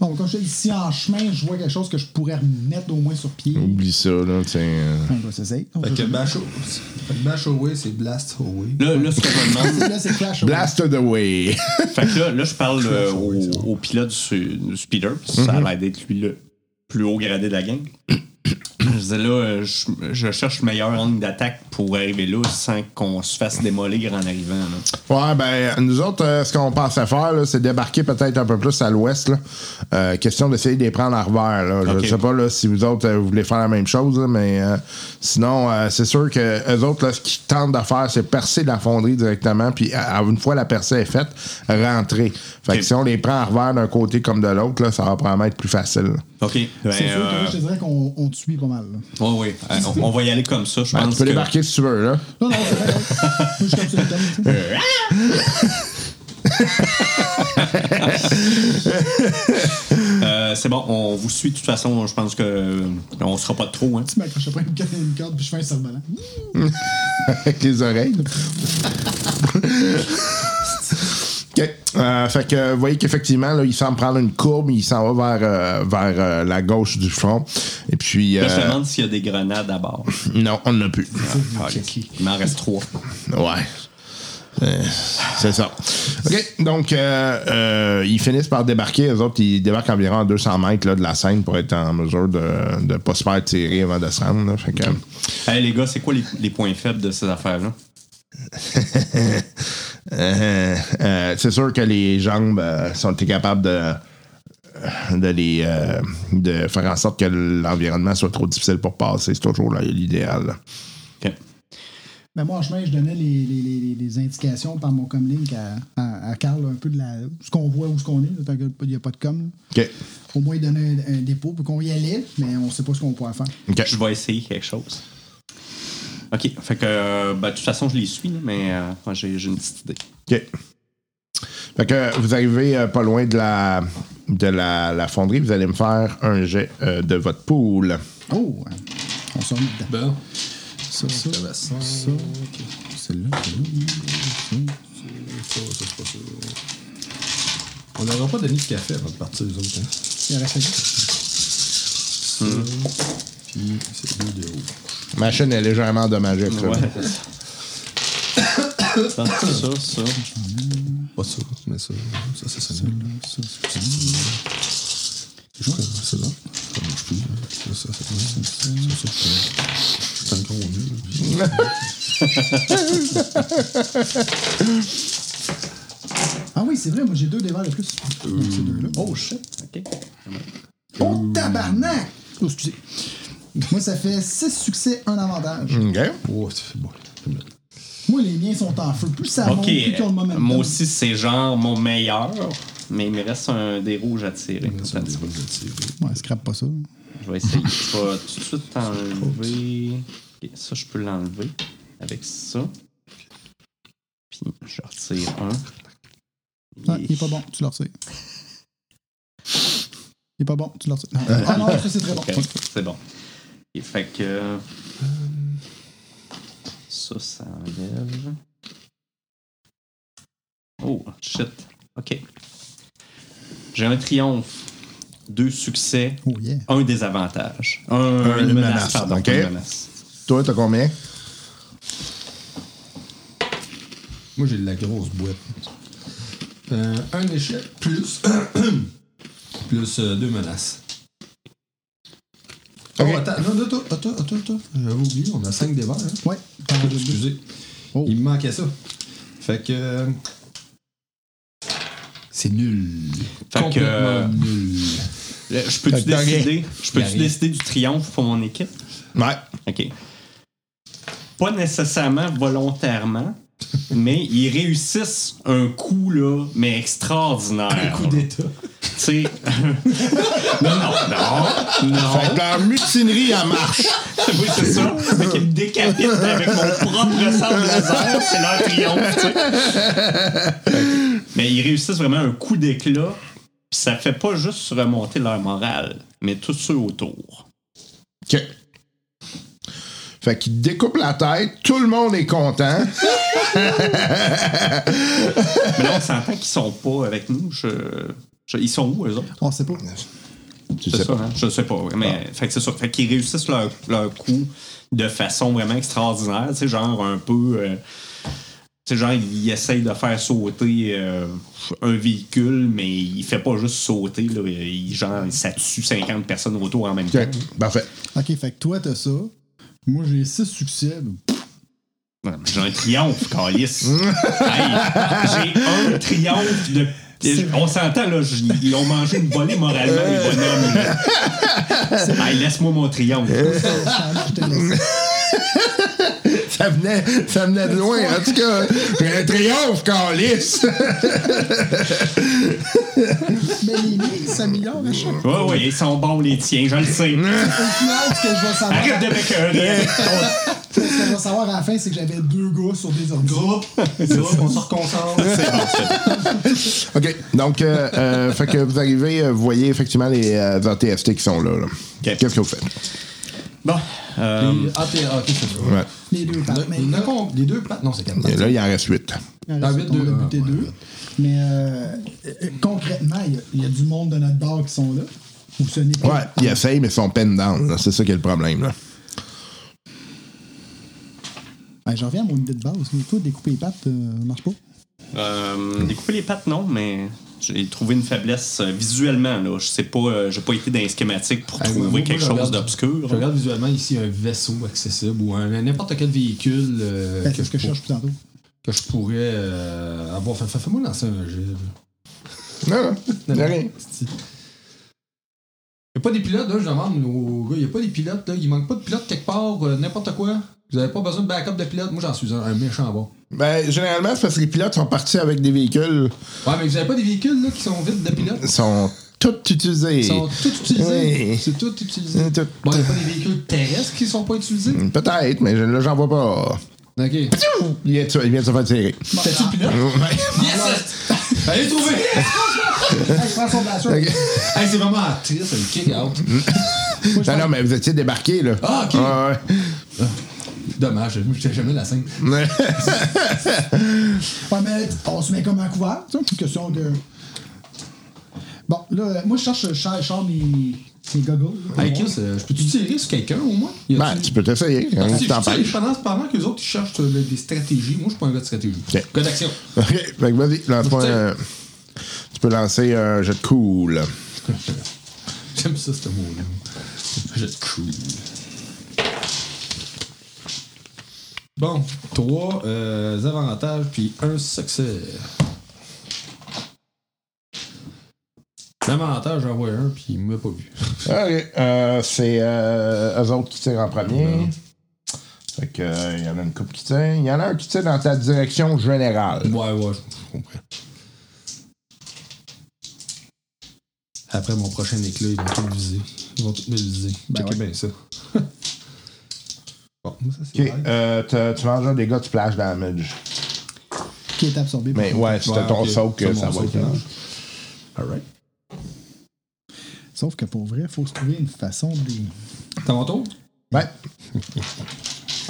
Bon, comme je te dis, si en chemin, je vois quelque chose que je pourrais remettre au moins sur pied,
Oh.
Oublie ça, là, tu sais, euh.
on va s'essayer.
Fait que bash, au- fait que bash away, c'est blast away.
là, là, ce que je me demande,
Là, c'est Clash.
Blast the way!
Fait que là, là, je parle euh, au, au pilote du, du speeder, parce que ça
Mhm.
a l'air d'être lui le plus haut gradé de la gang. je disais là, euh, je, je cherche le meilleur angle d'attaque pour arriver là sans qu'on se fasse démolir en arrivant. là.
Ouais, ben, nous autres, euh, ce qu'on pensait faire, là, c'est débarquer peut-être un peu plus à l'ouest. là. Euh, question d'essayer de les prendre à revers. Là. Je
Ok.
sais pas là, si vous autres, euh, vous voulez faire la même chose, là, mais euh, sinon, euh, c'est sûr que eux autres, là, ce qu'ils tentent de faire, c'est percer la fonderie directement, puis à- à- une fois la percée est faite, rentrer. Fait
Ok.
que si on les prend à revers d'un côté comme de l'autre, là, ça va probablement être plus facile. là.
OK. Ben,
C'est sûr que là,
euh,
je te dirais qu'on on te suit pas mal. Là,
ouais, ouais. Euh, on, on va y aller comme ça, je
Ben,
pense.
tu peux
que-
débarquer si tu veux, là.
non, non, c'est vrai. Moi, je suis comme sur le thème, tu sais.
Euh, c'est bon, on vous suit de toute façon. Je pense que euh, on sera pas de trop. Hein.
Tu m'accroches après une corde, une corde, puis je fais un cerf-volant.
Avec les oreilles. OK. Euh, fait que vous voyez qu'effectivement, là, il semble prendre une courbe, il s'en va vers, euh, vers euh, la gauche du front. Et puis.
Là, je me
euh,
demande s'il y a des grenades à bord.
non, on n'a plus.
Il m'en reste trois.
Ouais. Euh, C'est ça. OK. Donc, euh, euh, ils finissent par débarquer. Eux autres, ils débarquent environ à 200 mètres là, de la scène pour être en mesure de ne pas se faire tirer avant de se rendre. là. Fait que,
Hey, les gars, c'est quoi les, les points faibles de ces affaires-là?
Euh, euh, c'est sûr que les jambes euh, sont été capables de de les euh, de faire en sorte que l'environnement soit trop difficile pour passer c'est toujours là, l'idéal là.
OK.
Ben moi, en chemin, je donnais les, les, les, les indications par mon comlink à, à, à Carl, là, un peu de la, ce qu'on voit, où ce qu'on est. là, tant qu'il n'y a pas de com. là.
ok
Au moins, il donnait un, un dépôt pour qu'on y allait, mais on sait pas ce qu'on pourrait faire.
ok
Je vais essayer quelque chose. OK. Fait que, euh, ben, de toute façon, je les suis, là, mais euh, moi, j'ai j'ai une petite idée.
ok fait que vous arrivez euh, pas loin de la de la, la fonderie vous allez me faire un jet euh, de votre poule
Oh! hein, On s'en remet dedans.
Bon.
Ça, ça,
Ça va, ça. Celle-là, celle-là. Ça, ça, ça, c'est pas ça. On n'aura pas donné de café avant de partir, les autres. hein.
Il aurait fallu.
Puis c'est lui de haut.
Ma chaîne est légèrement endommagée actuellement.
Ça, ça, ça.
Pas ça, mais ça, ça, c'est ça. Ça, ça, ça, ça. Je crois que c'est là. Ça marche plus. là. Ça, ça, ça, ça, ça, ça, ça. C'est un gros nœud, là.
Ah oui, c'est vrai, moi j'ai deux des verres de plus. Donc, ces deux-là. Oh shit.
OK.
Oh tabarnak! Oh, excusez. Moi, ça fait 6 succès, un avantage.
OK.
Oh, c'est bon. Je vais me mettre.
Moi, les miens sont en feu. Plus ça monte,
OK.
plus qu'on le momentum.
Moi aussi, c'est genre mon meilleur, mais il me reste un des rouges à tirer.
Ça,
Attends,
c'est bon de tirer.
Ouais, scrape pas ça.
Je vais essayer. Je vais tout de suite t'enlever. Ok, ça, je peux l'enlever avec ça. Puis, je retire un.
Non, il est pas bon, tu le retires. Il est pas bon, tu le retires. Non. Ah non, ça c'est très bon.
Ok, C'est bon. Et fait que. euh, Ça, ça enlève. Oh, shit. Ok. J'ai un triomphe, deux succès,
Oh yeah.
un désavantage. Un, une menace,
menace,
pardon.
ok.
Une menace.
Toi, t'as combien?
Moi, j'ai de la grosse boîte. Euh, un échec plus. plus euh, deux menaces.
Ok.
Oh, attends, non, non, attends, attends, attends, attends. J'avais oublié, on a cinq débats. Hein?
Ouais, t'en as deux.
Excusez.
Oh.
Il me manquait ça. Fait que. euh, C'est nul.
Fait que- euh,
Complètement nul.
Là, Je peux-tu
Fait que t'as rien.
décider, je peux
Y a rien.
décider du triomphe pour mon équipe?
Ouais.
OK. Pas nécessairement volontairement, mais ils réussissent un coup, là, mais extraordinaire. Un coup d'État. Tu sais. non, non, non. Non.
Fait que leur mutinerie, elle marche.
Oui, c'est ça. Fait qu'ils me décapitent avec mon propre sang de laser. C'est leur triomphe, tu sais. Mais ils réussissent vraiment un coup d'éclat. Puis ça fait pas juste remonter leur morale, mais tous ceux autour.
OK. Fait qu'il découpe la tête, tout le monde est content.
Mais là, on s'entend qu'ils sont pas avec nous. Je, je- ils sont où, eux autres?
On sait pas.
Tu
C'est
sais
ça,
pas. Ah.
hein? Je sais pas. ouais, Mais fait que c'est ça. Fait qu'ils réussissent leur, leur coup de façon vraiment extraordinaire. Tu sais, genre un peu. euh, tu sais, genre, ils essayent de faire sauter euh, un véhicule, mais il fait pas juste sauter. Là, il, genre, ça tue 50 personnes autour en même
OK.
temps.
Parfait.
Ok, fait que toi t'as ça. Moi j'ai 6 succès.
Ouais, mais J'ai un triomphe, Calice. Hey, j'ai un triomphe de. On s'entend, là, j- ils ont mangé une volée moralement, les bonhommes. là. Hey, laisse-moi mon triomphe.
Eh,
Ça marche, je te laisse.
Ça venait, ça venait de loin. En tout cas, un triomphe, Carlis.
Mais les miens, ça s'améliorent à chaque
Ouais, ouais, ils sont bons, les tiens, je le sais.
final, ce que je vais savoir,
Arrête de m'écœurer.
ce que je vais savoir à la fin, c'est que j'avais deux gars sur des ordi.
Groupe, groupe, Oh, on se reconcentre.
OK. Donc, euh, euh, fait que vous arrivez, euh, vous voyez effectivement les euh, vos TFT qui sont là. là. Qu'est-ce que vous faites?
Bon, euh,
Les- Ah, t'es- ah, ok, c'est ça.
Ouais.
Les
Il
deux
y en
par
a- il y en a combien? Les deux pattes? Non, c'est quatre
Et
pattes.
là, il en reste huit.
On a
Ah, huit, deux.
buté
Ah, ouais,
deux.
huit.
Mais euh, euh, concrètement, il y a- il y, a du monde de notre bar qui sont là. Ou ce n'est pas.
Ouais, ils essayent, mais ils sont pen down. là. C'est ça qui est le problème. Là.
Ouais, Ben, je reviens à mon idée de base. Mais toi, découper les pattes, euh, ça marche pas.
euh, découper les pattes, non, mais j'ai trouvé une faiblesse euh, visuellement. Là. Je sais pas, euh, j'ai pas été dans les schématiques pour
Ah,
trouver
moi,
quelque
moi, je
chose
regarde-
d'obscur.
Je regarde visuellement ici un vaisseau accessible ou un n'importe quel véhicule euh,
Ben,
que,
c'est ce
je
que je
pour-
cherche plus tantôt.
que je pourrais euh, avoir. Fais- fais- Fais-moi lancer un jet. là.
Non, non, il y a rien.
C'est- Y a pas des pilotes, là, je demande aux gars. Y a pas des pilotes, là. Il manque pas de pilotes quelque part, euh, n'importe quoi. Vous avez pas besoin de backup de pilotes. Moi, j'en suis un, un méchant bon.
Ben, généralement, c'est parce que les pilotes sont partis avec des véhicules.
Ouais, mais vous avez pas des véhicules, là, qui sont vides de pilotes.
Ils sont tous utilisés.
Ils sont tous utilisés.
Oui.
C'est tout utilisé.
Tout.
Bon, y a pas des véhicules terrestres qui sont pas utilisés.
Peut-être, mais je- là, j'en vois pas.
Ok.
Il vient de, se- il vient de se faire tirer.
T'as-tu le pilote?
Ouais.
Yes! Allez le trouver!
Hey, je prends son blaster.
Ok.
Hey, c'est vraiment triste, le kick-out.
non, non, mais vous étiez débarqué, là.
Ah, ok.
Ouais, ouais.
Dommage, je sais jamais la scène.
Ouais, mais on se met comme un couvert. C'est une question de. Bon, là, Là, euh, moi, je cherche, je cherche, je cherche mes, mes goggles. là.
Hey Chris, euh, je peux-tu tirer sur quelqu'un au moins? Y a-tu- Ah,
Ben, tu peux t'essayer. On
Si je tire,
t'empêche.
je pendant, pendant que les autres ils cherchent euh, des stratégies, moi je suis pas un gars de stratégie.
Ok.
Code d'action.
Ok, fait que vas-y, lance-moi
Je tire.
un- Tu peux lancer un jet de cool.
J'aime ça ce mot-là. Je te cool. Bon, trois euh, avantages puis un succès. L'avantage, j'en vois un puis il m'a pas vu.
Ok, euh, c'est euh, eux autres qui tirent en premier. Fait que, euh, il y en a une couple qui tire. Il y en a un qui tire dans ta direction générale.
Ouais, ouais, je comprends. Après mon prochain éclat, ils vont tout me viser. Ils vont tout me viser. Ben
ouais.
bien ça. bon, moi, ça c'est
Ok,
vrai.
euh, t'as- tu manges un dégât de splash damage.
Qui est absorbé.
Ben,
Mais ouais, c'était
Ouais,
ton
ok.
saut que
C'est mon
ça va
saut,
être.
hein.
large.
Alright.
Sauf que pour vrai, il faut se trouver une façon de les.
T'as mon tour?
Ouais.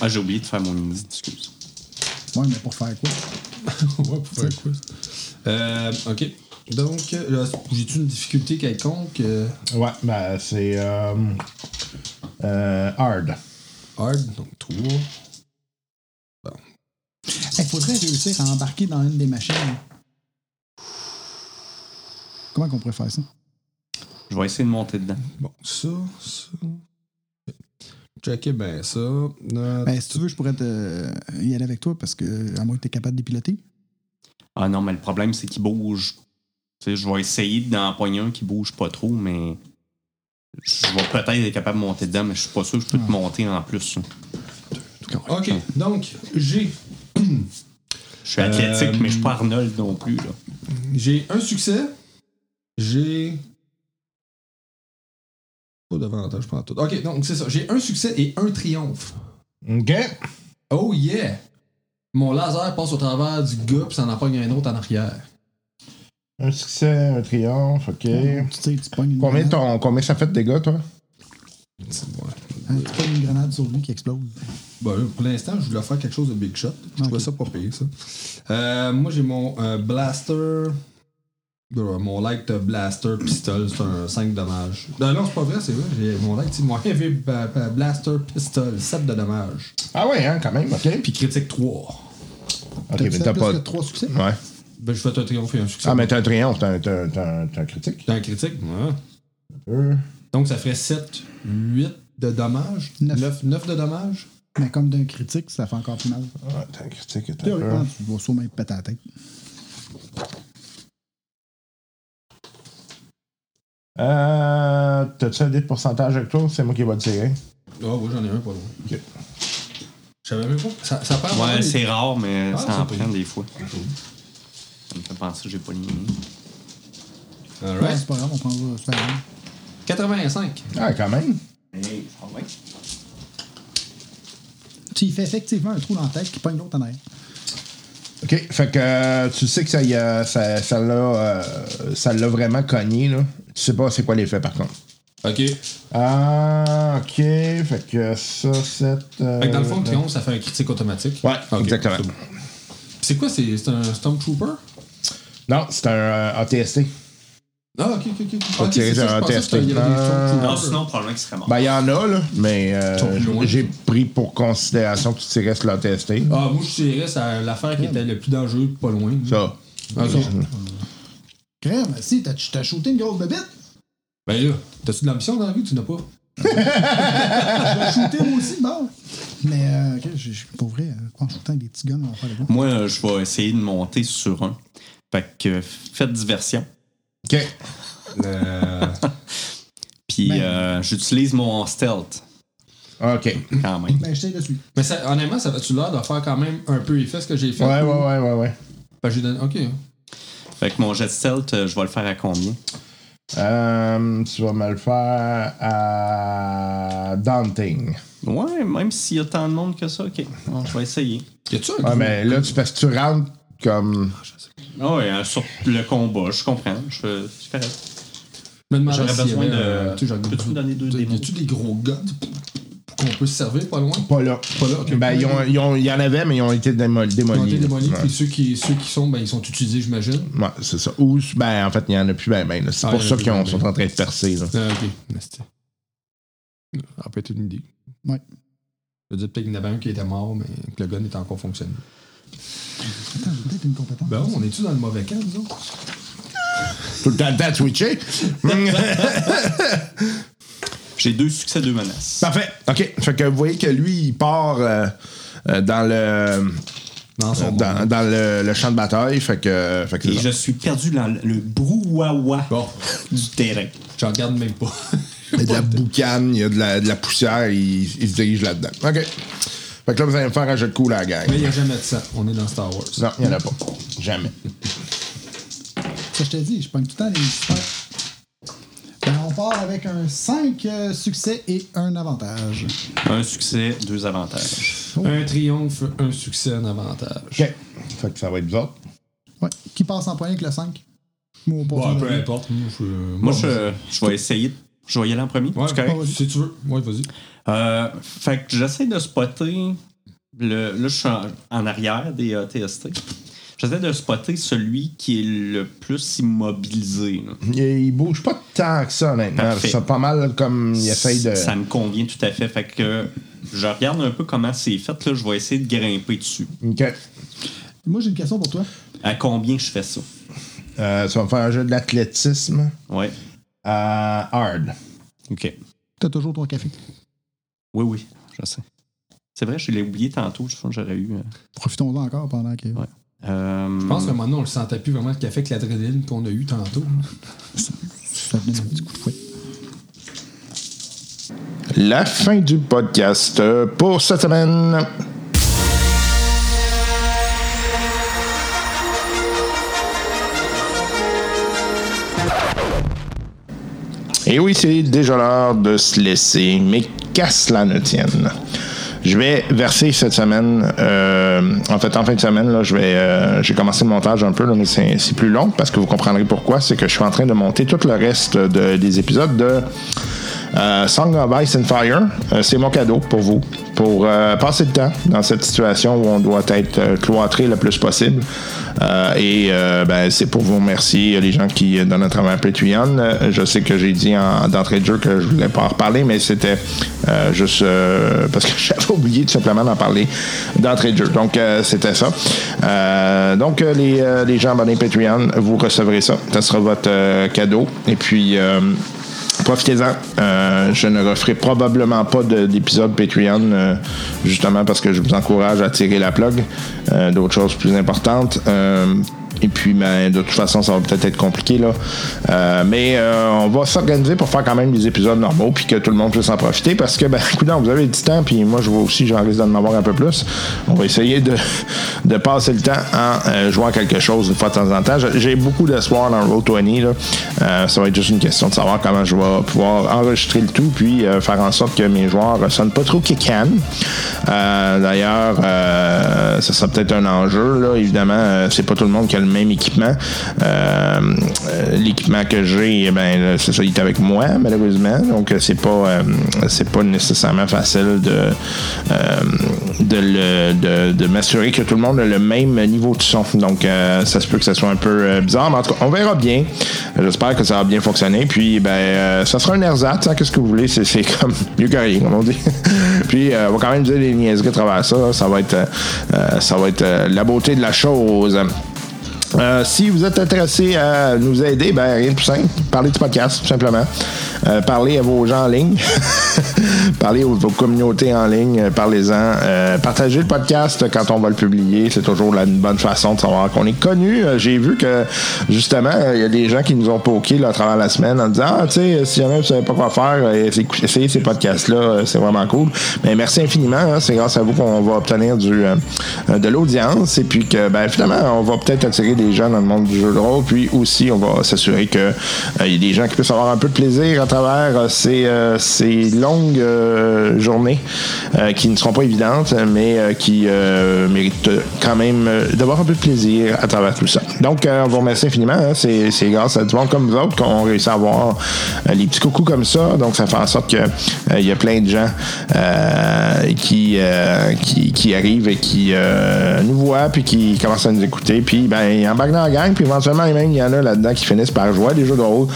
Ah, j'ai oublié de faire mon mini, excuse.
Ouais, mais pour faire quoi
ouais, pour faire quoi? Euh, ok. Donc, euh, j'ai-tu une difficulté quelconque? euh,
Ouais, ben c'est euh, euh, hard.
hard, donc 3.
Il faudrait réussir à embarquer dans une des machines. Comment qu'on pourrait faire ça
Je vais essayer de monter dedans.
Bon, ça, ça. Checker bien ça. Euh,
Ben, si tu veux, je pourrais te- y aller avec toi parce que, à moins que tu es capable de les piloter.
Ah non, mais le problème, c'est qu'il bouge. Tu sais, je vais essayer d'en pogner un qui bouge pas trop, mais je vais peut-être être capable de monter dedans, mais je suis pas sûr que je peux
Ah.
te monter en plus.
ok, donc, j'ai
Je suis athlétique,
Euh,
mais je suis pas Arnold non plus. Là.
J'ai un succès. J'ai. Pas d'avantage pendant tout. Ok, donc c'est ça. J'ai un succès et un triomphe.
Ok.
Oh yeah! Mon laser passe au travers du gars, puis ça en empoigne un autre en arrière.
Un succès, un triomphe, ok.
Tu sais, tu pognes une
Combien,
grenade,
ton, combien ça fait de dégâts, toi?
hein, tu pognes une grenade sur lui qui explose.
Bon, Ben, pour l'instant, je voulais faire quelque chose de big shot. Je trouvais
Ok.
ça pas pire, ça. Euh, moi, j'ai mon euh, blaster. Euh, Mon light blaster pistol, c'est un 5 dommages. Ben Non, non, c'est pas vrai, c'est vrai. J'ai mon light, c'est mon heavy ba- ba- blaster pistol, 7 de dommages.
Ah ouais, hein, quand même, ok.
Puis critique 3.
Ok,
T'as-tu
mais
fait
t'as
plus
pas.
que trois succès?
Ouais.
Ben, je fais un triomphe et un succès.
Ah, mais t'as un triomphe, t'as un, t'as un- t'as un- t'as un critique.
T'as un critique. Ouais.
Euh,
Donc, ça ferait 7, 8 de dommages.
Neuf.
9, de dommages.
Mais comme d'un critique, ça fait encore plus mal.
ouais, t'as un critique et t'as
Théoriquement,
un.
tu vas sûrement te péter la tête.
Euh, T'as-tu un dé de pourcentage avec toi? C'est moi qui vais le tirer.
Ah, oui, j'en ai un pas loin.
Ok.
Je savais même pas. Ça, ça part vraiment
Ouais,
des-
c'est rare, mais
Ah,
ça en
c'est
prend
cool.
des fois. Ça me fait penser que j'ai pas le mini.
Alright.
Ouais, c'est pas grave, on prend ça. c'est pas grave.
85.
Ah, quand même.
Hey, ah ouais.
Tu y fais effectivement un trou dans la tête qui pogne l'autre en arrière.
OK. Fait que euh, tu sais que ça y a- ça ça l'a euh, ça l'a vraiment cogné, là. Tu sais pas c'est quoi l'effet, par contre.
Ok. Fait
Ah, OK. Fait que ça, c'est... euh,
que dans le fond, le triomphe, ça fait un critique automatique.
Ouais,
Ok,
exactement.
c'est bon. C'est quoi C'est c'est un Stormtrooper
Non, c'est un euh, ATST.
Ah, ok, ok, Ah, ok.
Faut
Ok,
tirer
c'est ça,
sur un euh,
je pensais que c'était- il y avait des
testing.
Stormtroopers.
Non, sinon, probablement qu'il serait mort.
Ben, il y en a, là, mais euh,
Ils sont plus loin.
j'ai pris pour considération que tu tirais sur l'ATST.
Ah, moi, je tirais, c'est l'affaire qui était le plus dangereuse, pas loin.
Ça.
Ah, ça.
Crème, si, t'as t'as shooté une grosse bébite.
Ben là, t'as-tu de l'ambition dans la vie ou tu n'as pas
T'as shooté moi aussi, bon. Mais, euh, ok, j'ai- j'ai- pour vrai, euh, en shootant avec des petits guns, on va faire le bon.
Moi, euh, je vais essayer de monter sur un. Fait que euh, faites diversion.
OK.
Euh,
Puis
Ben.
euh, j'utilise mon stealth
OK.
quand même.
Ben, j'étais dessus.
Mais ça, honnêtement, ça va-tu l'air de faire quand même un peu effet ce que j'ai fait?
Ouais, ouais, ouais, ouais, ouais.
Ben, j'ai donné. Ok.
Fait que mon jet de stealth, euh, je vais le faire à combien?
Euh, tu vas me le faire à Daunting.
Ouais, même s'il y a tant de monde que ça, ok. Bon, je vais essayer.
Y a-tu un
Ouais,
gros-
mais là, tu, parce que tu rentres comme.
Ah ouais, hein, sur le combat, je comprends. Je suis correct.
Je me demandais
J'aurais
s'il y
besoin
avait,
de-
euh, tu sais, genre-
Peux-tu me donner deux
Y
démos?
a-tu des gros guns? qu'on peut se servir pas loin.
Pas là.
Pas là, ok.
Ben, ils ont- ils ont- il y en avait, mais ils ont été démo-
Ils ont
démolis.
été
là.
démolis,
Ouais.
puis ceux qui, ceux qui sont, ben, ils sont utilisés, j'imagine.
Ouais, c'est ça. Ou, ben, en fait, il n'y en a plus, ben, ben, là. C'est
Ah,
pour
il y en
ça
a plus,
qu'ils ont-
ben, ben.
sont en train de percer, là.
Ah, ok.
Mais c'était- Ça peut être une idée.
Je veux dire, peut-être qu'il y en avait un qui était mort, mais que le gun était encore fonctionnel.
Attends, j'ai peut-être une compétence.
Ben, on est-tu dans le mauvais camp, nous autres?
Tout le temps, le temps de switcher.
J'ai deux succès, deux menaces.
Parfait. OK. Fait que vous voyez que lui, il part euh, euh, dans le.
Dans son
Dans, dans le, le champ de bataille, fait que, fait que
Et
c'est
je
ça.
suis perdu dans le brouhaha
Ben, Bon.
du terrain.
Je regarde même pas.
il y a de la boucane, il y a de la, de la poussière, il, il se dirige là-dedans. OK. Fait que là, vous allez me faire un jeu de coup, la gang.
Mais il n'y a jamais de ça. On est dans Star Wars.
Non, il n'y en a pas. Jamais.
Ça, je te dis, je pogne tout le temps les super. Ben, on part avec un 5 succès et un avantage.
Un succès, deux avantages.
Un triomphe, un succès, un avantage.
OK. Fait que ça va être bizarre.
Ouais. Qui passe en premier avec le 5? Moi, pas
Ouais,
sûr.
peu importe. Moi, je,
Moi, je, je vais essayer. de- Je vais y aller en premier.
Ouais,
c'est correct?
vas-y. si tu veux. Ouais, vas-y.
Euh, fait que j'essaie de spotter. Le, là, je suis en, en arrière des euh, ATST. J'essaie de spotter celui qui est le plus immobilisé. là.
Il, il bouge pas tant que ça, maintenant.
Parfait.
C'est pas mal comme il essaye de.
Ça me convient tout à fait. Fait que je regarde un peu comment c'est fait. Là, je vais essayer de grimper dessus.
OK.
Moi, j'ai une question pour toi.
À combien je fais ça?
Euh, ça va me faire un jeu de l'athlétisme
Ouais.
à hard.
OK.
T'as toujours ton café.
Oui, oui, je sais. C'est vrai, je l'ai oublié tantôt. Je pense que j'aurais eu. euh,
Profitons-en encore pendant que.
Ouais. euh,
Je pense que maintenant, on le sentait plus vraiment le café avec l'adrénaline qu'on a eu tantôt.
Ça venait un petit coup de fouet.
La fin du podcast euh, pour cette semaine. Et oui, c'est déjà l'heure de se laisser, mais qu'à cela ne tienne. Je vais verser cette semaine, euh, en fait, en fin de semaine, là, je vais, euh, j'ai commencé le montage un peu, là, mais c'est, c'est plus long parce que vous comprendrez pourquoi. C'est que je suis en train de monter tout le reste de- des épisodes de euh, Song of Ice and Fire. Euh, c'est mon cadeau pour vous, pour euh, passer le temps dans cette situation où on doit être euh, cloîtré le plus possible. Euh, et euh, ben, c'est pour vous remercier, les gens qui euh, donnent un travail à Patreon. Euh, Je sais que j'ai dit en, d'entrée de jeu que je voulais pas en reparler, mais c'était euh, juste euh, parce que j'avais oublié tout simplement d'en parler d'entrée de jeu. Donc, euh, c'était ça. Euh, donc, euh, les, euh, les gens abonnés Patreon, vous recevrez ça. Ça sera votre euh, cadeau. Et puis... euh, Profitez-en. Euh, je ne referai probablement pas de- d'épisode Patreon, euh, justement parce que je vous encourage à tirer la plug euh, d'autres choses plus importantes. Euh, et puis, ben, de toute façon, ça va peut-être être compliqué, là. Euh, mais euh, on va s'organiser pour faire quand même des épisodes normaux, puis que tout le monde puisse en profiter, parce que, ben, coudonc, vous avez du temps, puis moi, je vois aussi, j'en risque d'en avoir un peu plus. On va essayer de, de passer le temps en euh, jouant à quelque chose une fois de temps en temps. J'ai- J'ai beaucoup d'espoir dans Roll20, là. Euh, ça va être juste une question de savoir comment je vais pouvoir enregistrer le tout, puis euh, faire en sorte que mes joueurs ne sonnent pas trop kick-can. Euh, D'ailleurs, euh, ça sera peut-être un enjeu, là. Évidemment, euh, c'est pas tout le monde qui a le même équipement. Euh, euh, L'équipement que j'ai, eh ben, là, c'est ça, il est avec moi, malheureusement. Donc, euh, c'est pas, euh, c'est pas nécessairement facile de, euh, de, le- de- de m'assurer que tout le monde a le même niveau de son. Donc, euh, ça se peut que ça soit un peu euh, bizarre, mais en tout cas, on verra bien. J'espère que ça va bien fonctionner. Puis, ben, euh, ça sera un ersatz, hein, qu'est-ce que vous voulez, c'est, c'est comme mieux que rien, comme on dit. Puis, euh, on va quand même dire des niaiseries à travers ça. Ça va être, euh, euh, ça va être euh, la beauté de la chose. Euh, si vous êtes intéressé à nous aider, ben rien de plus simple. Parlez du podcast, tout simplement. Euh, parlez à vos gens en ligne. parlez aux, vos communautés en ligne. euh, Parlez-en. Euh, partagez le podcast quand on va le publier. C'est toujours la, une bonne façon de savoir qu'on est connu. Euh, J'ai vu que, justement, euh, il y a des gens qui nous ont poké là, à travers la semaine en disant Ah, tu sais, si jamais vous savez pas quoi faire, euh, écou- essayez ces podcasts-là. Euh, C'est vraiment cool. Mais merci infiniment. hein. C'est grâce à vous qu'on va obtenir du, euh, euh, de l'audience. Et puis que, ben, finalement, on va peut-être attirer des gens dans le monde du jeu de rôle. Puis aussi, on va s'assurer qu'il y a des gens qui puissent avoir un peu de plaisir à travers euh, ces, euh, ces longues euh, journées euh, qui ne seront pas évidentes, mais euh, qui euh, méritent quand même euh, d'avoir un peu de plaisir à travers tout ça. Donc, euh, on vous remercie infiniment. hein. C'est c'est grâce à du monde comme vous autres qu'on réussit à avoir euh, les petits coucous comme ça. Donc, ça fait en sorte qu'il y a plein de gens euh, qui, euh, qui, qui arrivent et qui euh, nous voient, puis qui commencent à nous écouter. Puis, ben, ils embarquent dans la gang. Puis, éventuellement, même, il y en a là-dedans qui finissent par jouer à des jeux de rôle.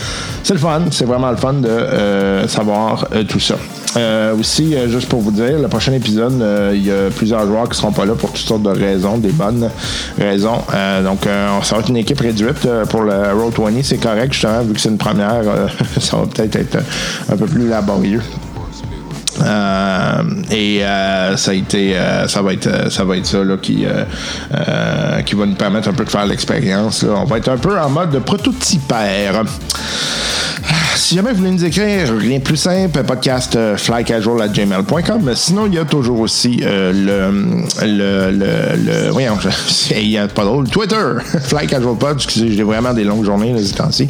C'est le fun. C'est vraiment le fun de euh, savoir euh, tout ça. Euh, aussi, euh, juste pour vous dire, le prochain épisode, euh, il y a plusieurs joueurs qui seront pas là pour toutes sortes de raisons, des bonnes raisons. Euh, donc, euh, ça va être une équipe réduite euh, pour le Roll20. C'est correct, justement, vu que c'est une première, euh, ça va peut-être être un peu plus laborieux. Euh, et euh, ça a été, euh, ça va être, euh, ça va être ça là, qui, euh, euh, qui va nous permettre un peu de faire l'expérience. là. On va être un peu en mode de prototypeur. Si jamais vous voulez nous écrire, rien de plus simple, podcast euh, flycasual@gmail.com. Sinon, il y a toujours aussi euh, le, le, le, le- voyons, je- c'est hey, euh, pas drôle, Twitter, flycasualpod. Excusez, j'ai vraiment des longues journées là, ces temps-ci.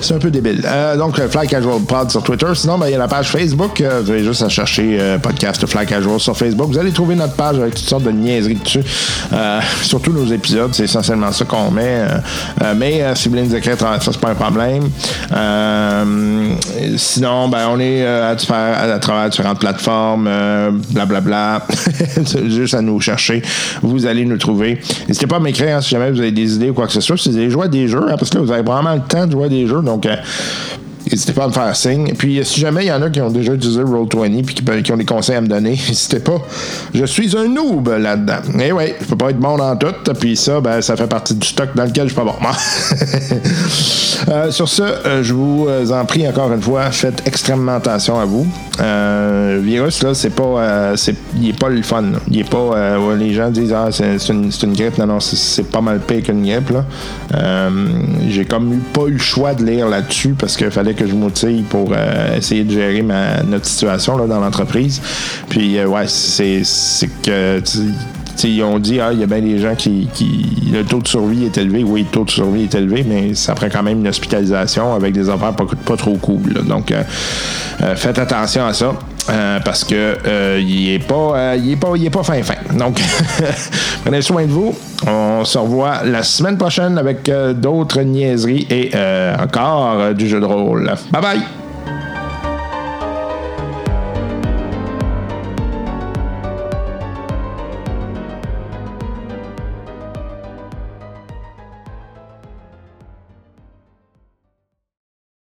C'est un peu débile. Euh, donc, euh, flycasualpod sur Twitter. Sinon, ben, il y a la page Facebook. Euh, vous avez juste à chercher euh, podcast Fly Casual sur Facebook. Vous allez trouver notre page avec toutes sortes de niaiseries dessus. Euh, surtout nos épisodes, c'est essentiellement ça qu'on met. euh, euh, mais euh, si vous voulez nous écrire, ça c'est pas un problème. Euh, sinon, ben, on est euh, à, diffère- à travers différentes plateformes, euh, blablabla. C'est Juste à nous chercher, vous allez nous trouver. N'hésitez pas à m'écrire hein, si jamais vous avez des idées ou quoi que ce soit. Si vous avez joué à des jeux, hein, parce que là, vous avez vraiment le temps de jouer à des jeux. Donc, euh, N'hésitez pas à me faire signe. Puis, euh, si jamais il y en a qui ont déjà utilisé Roll20 puis qui, peuvent- qui ont des conseils à me donner, n'hésitez pas. Je suis un noob là-dedans. Eh ouais, je peux pas être bon dans tout. Puis ça, ben, ça fait partie du stock dans lequel je suis pas bon. Euh, sur ce, euh, je vous euh, en prie encore une fois, faites extrêmement attention à vous. Euh, virus, là, c'est pas. euh, c'est- il est pas le fun. là. Il est pas. euh, ouais, les gens disent, ah, c'est c'est une, c'est une grippe. Non, non, c'est- c'est pas mal pire qu'une grippe, là. Euh, J'ai comme eu- pas eu le choix de lire là-dessus parce qu'il fallait que je m'outille pour euh, essayer de gérer ma, notre situation là, dans l'entreprise. Puis, euh, ouais, c'est c'est que. tu- T'sais, ils ont dit, ah, il y a bien des gens qui, qui- Le taux de survie est élevé. Oui, le taux de survie est élevé, mais ça prend quand même une hospitalisation avec des affaires pas, pas trop cool. là. Donc, euh, euh, faites attention à ça. euh, parce que euh, il est pas euh, il est pas il est pas fin fin. Donc prenez soin de vous. On se revoit la semaine prochaine avec euh, d'autres niaiseries et euh, encore euh, du jeu de rôle. Bye bye.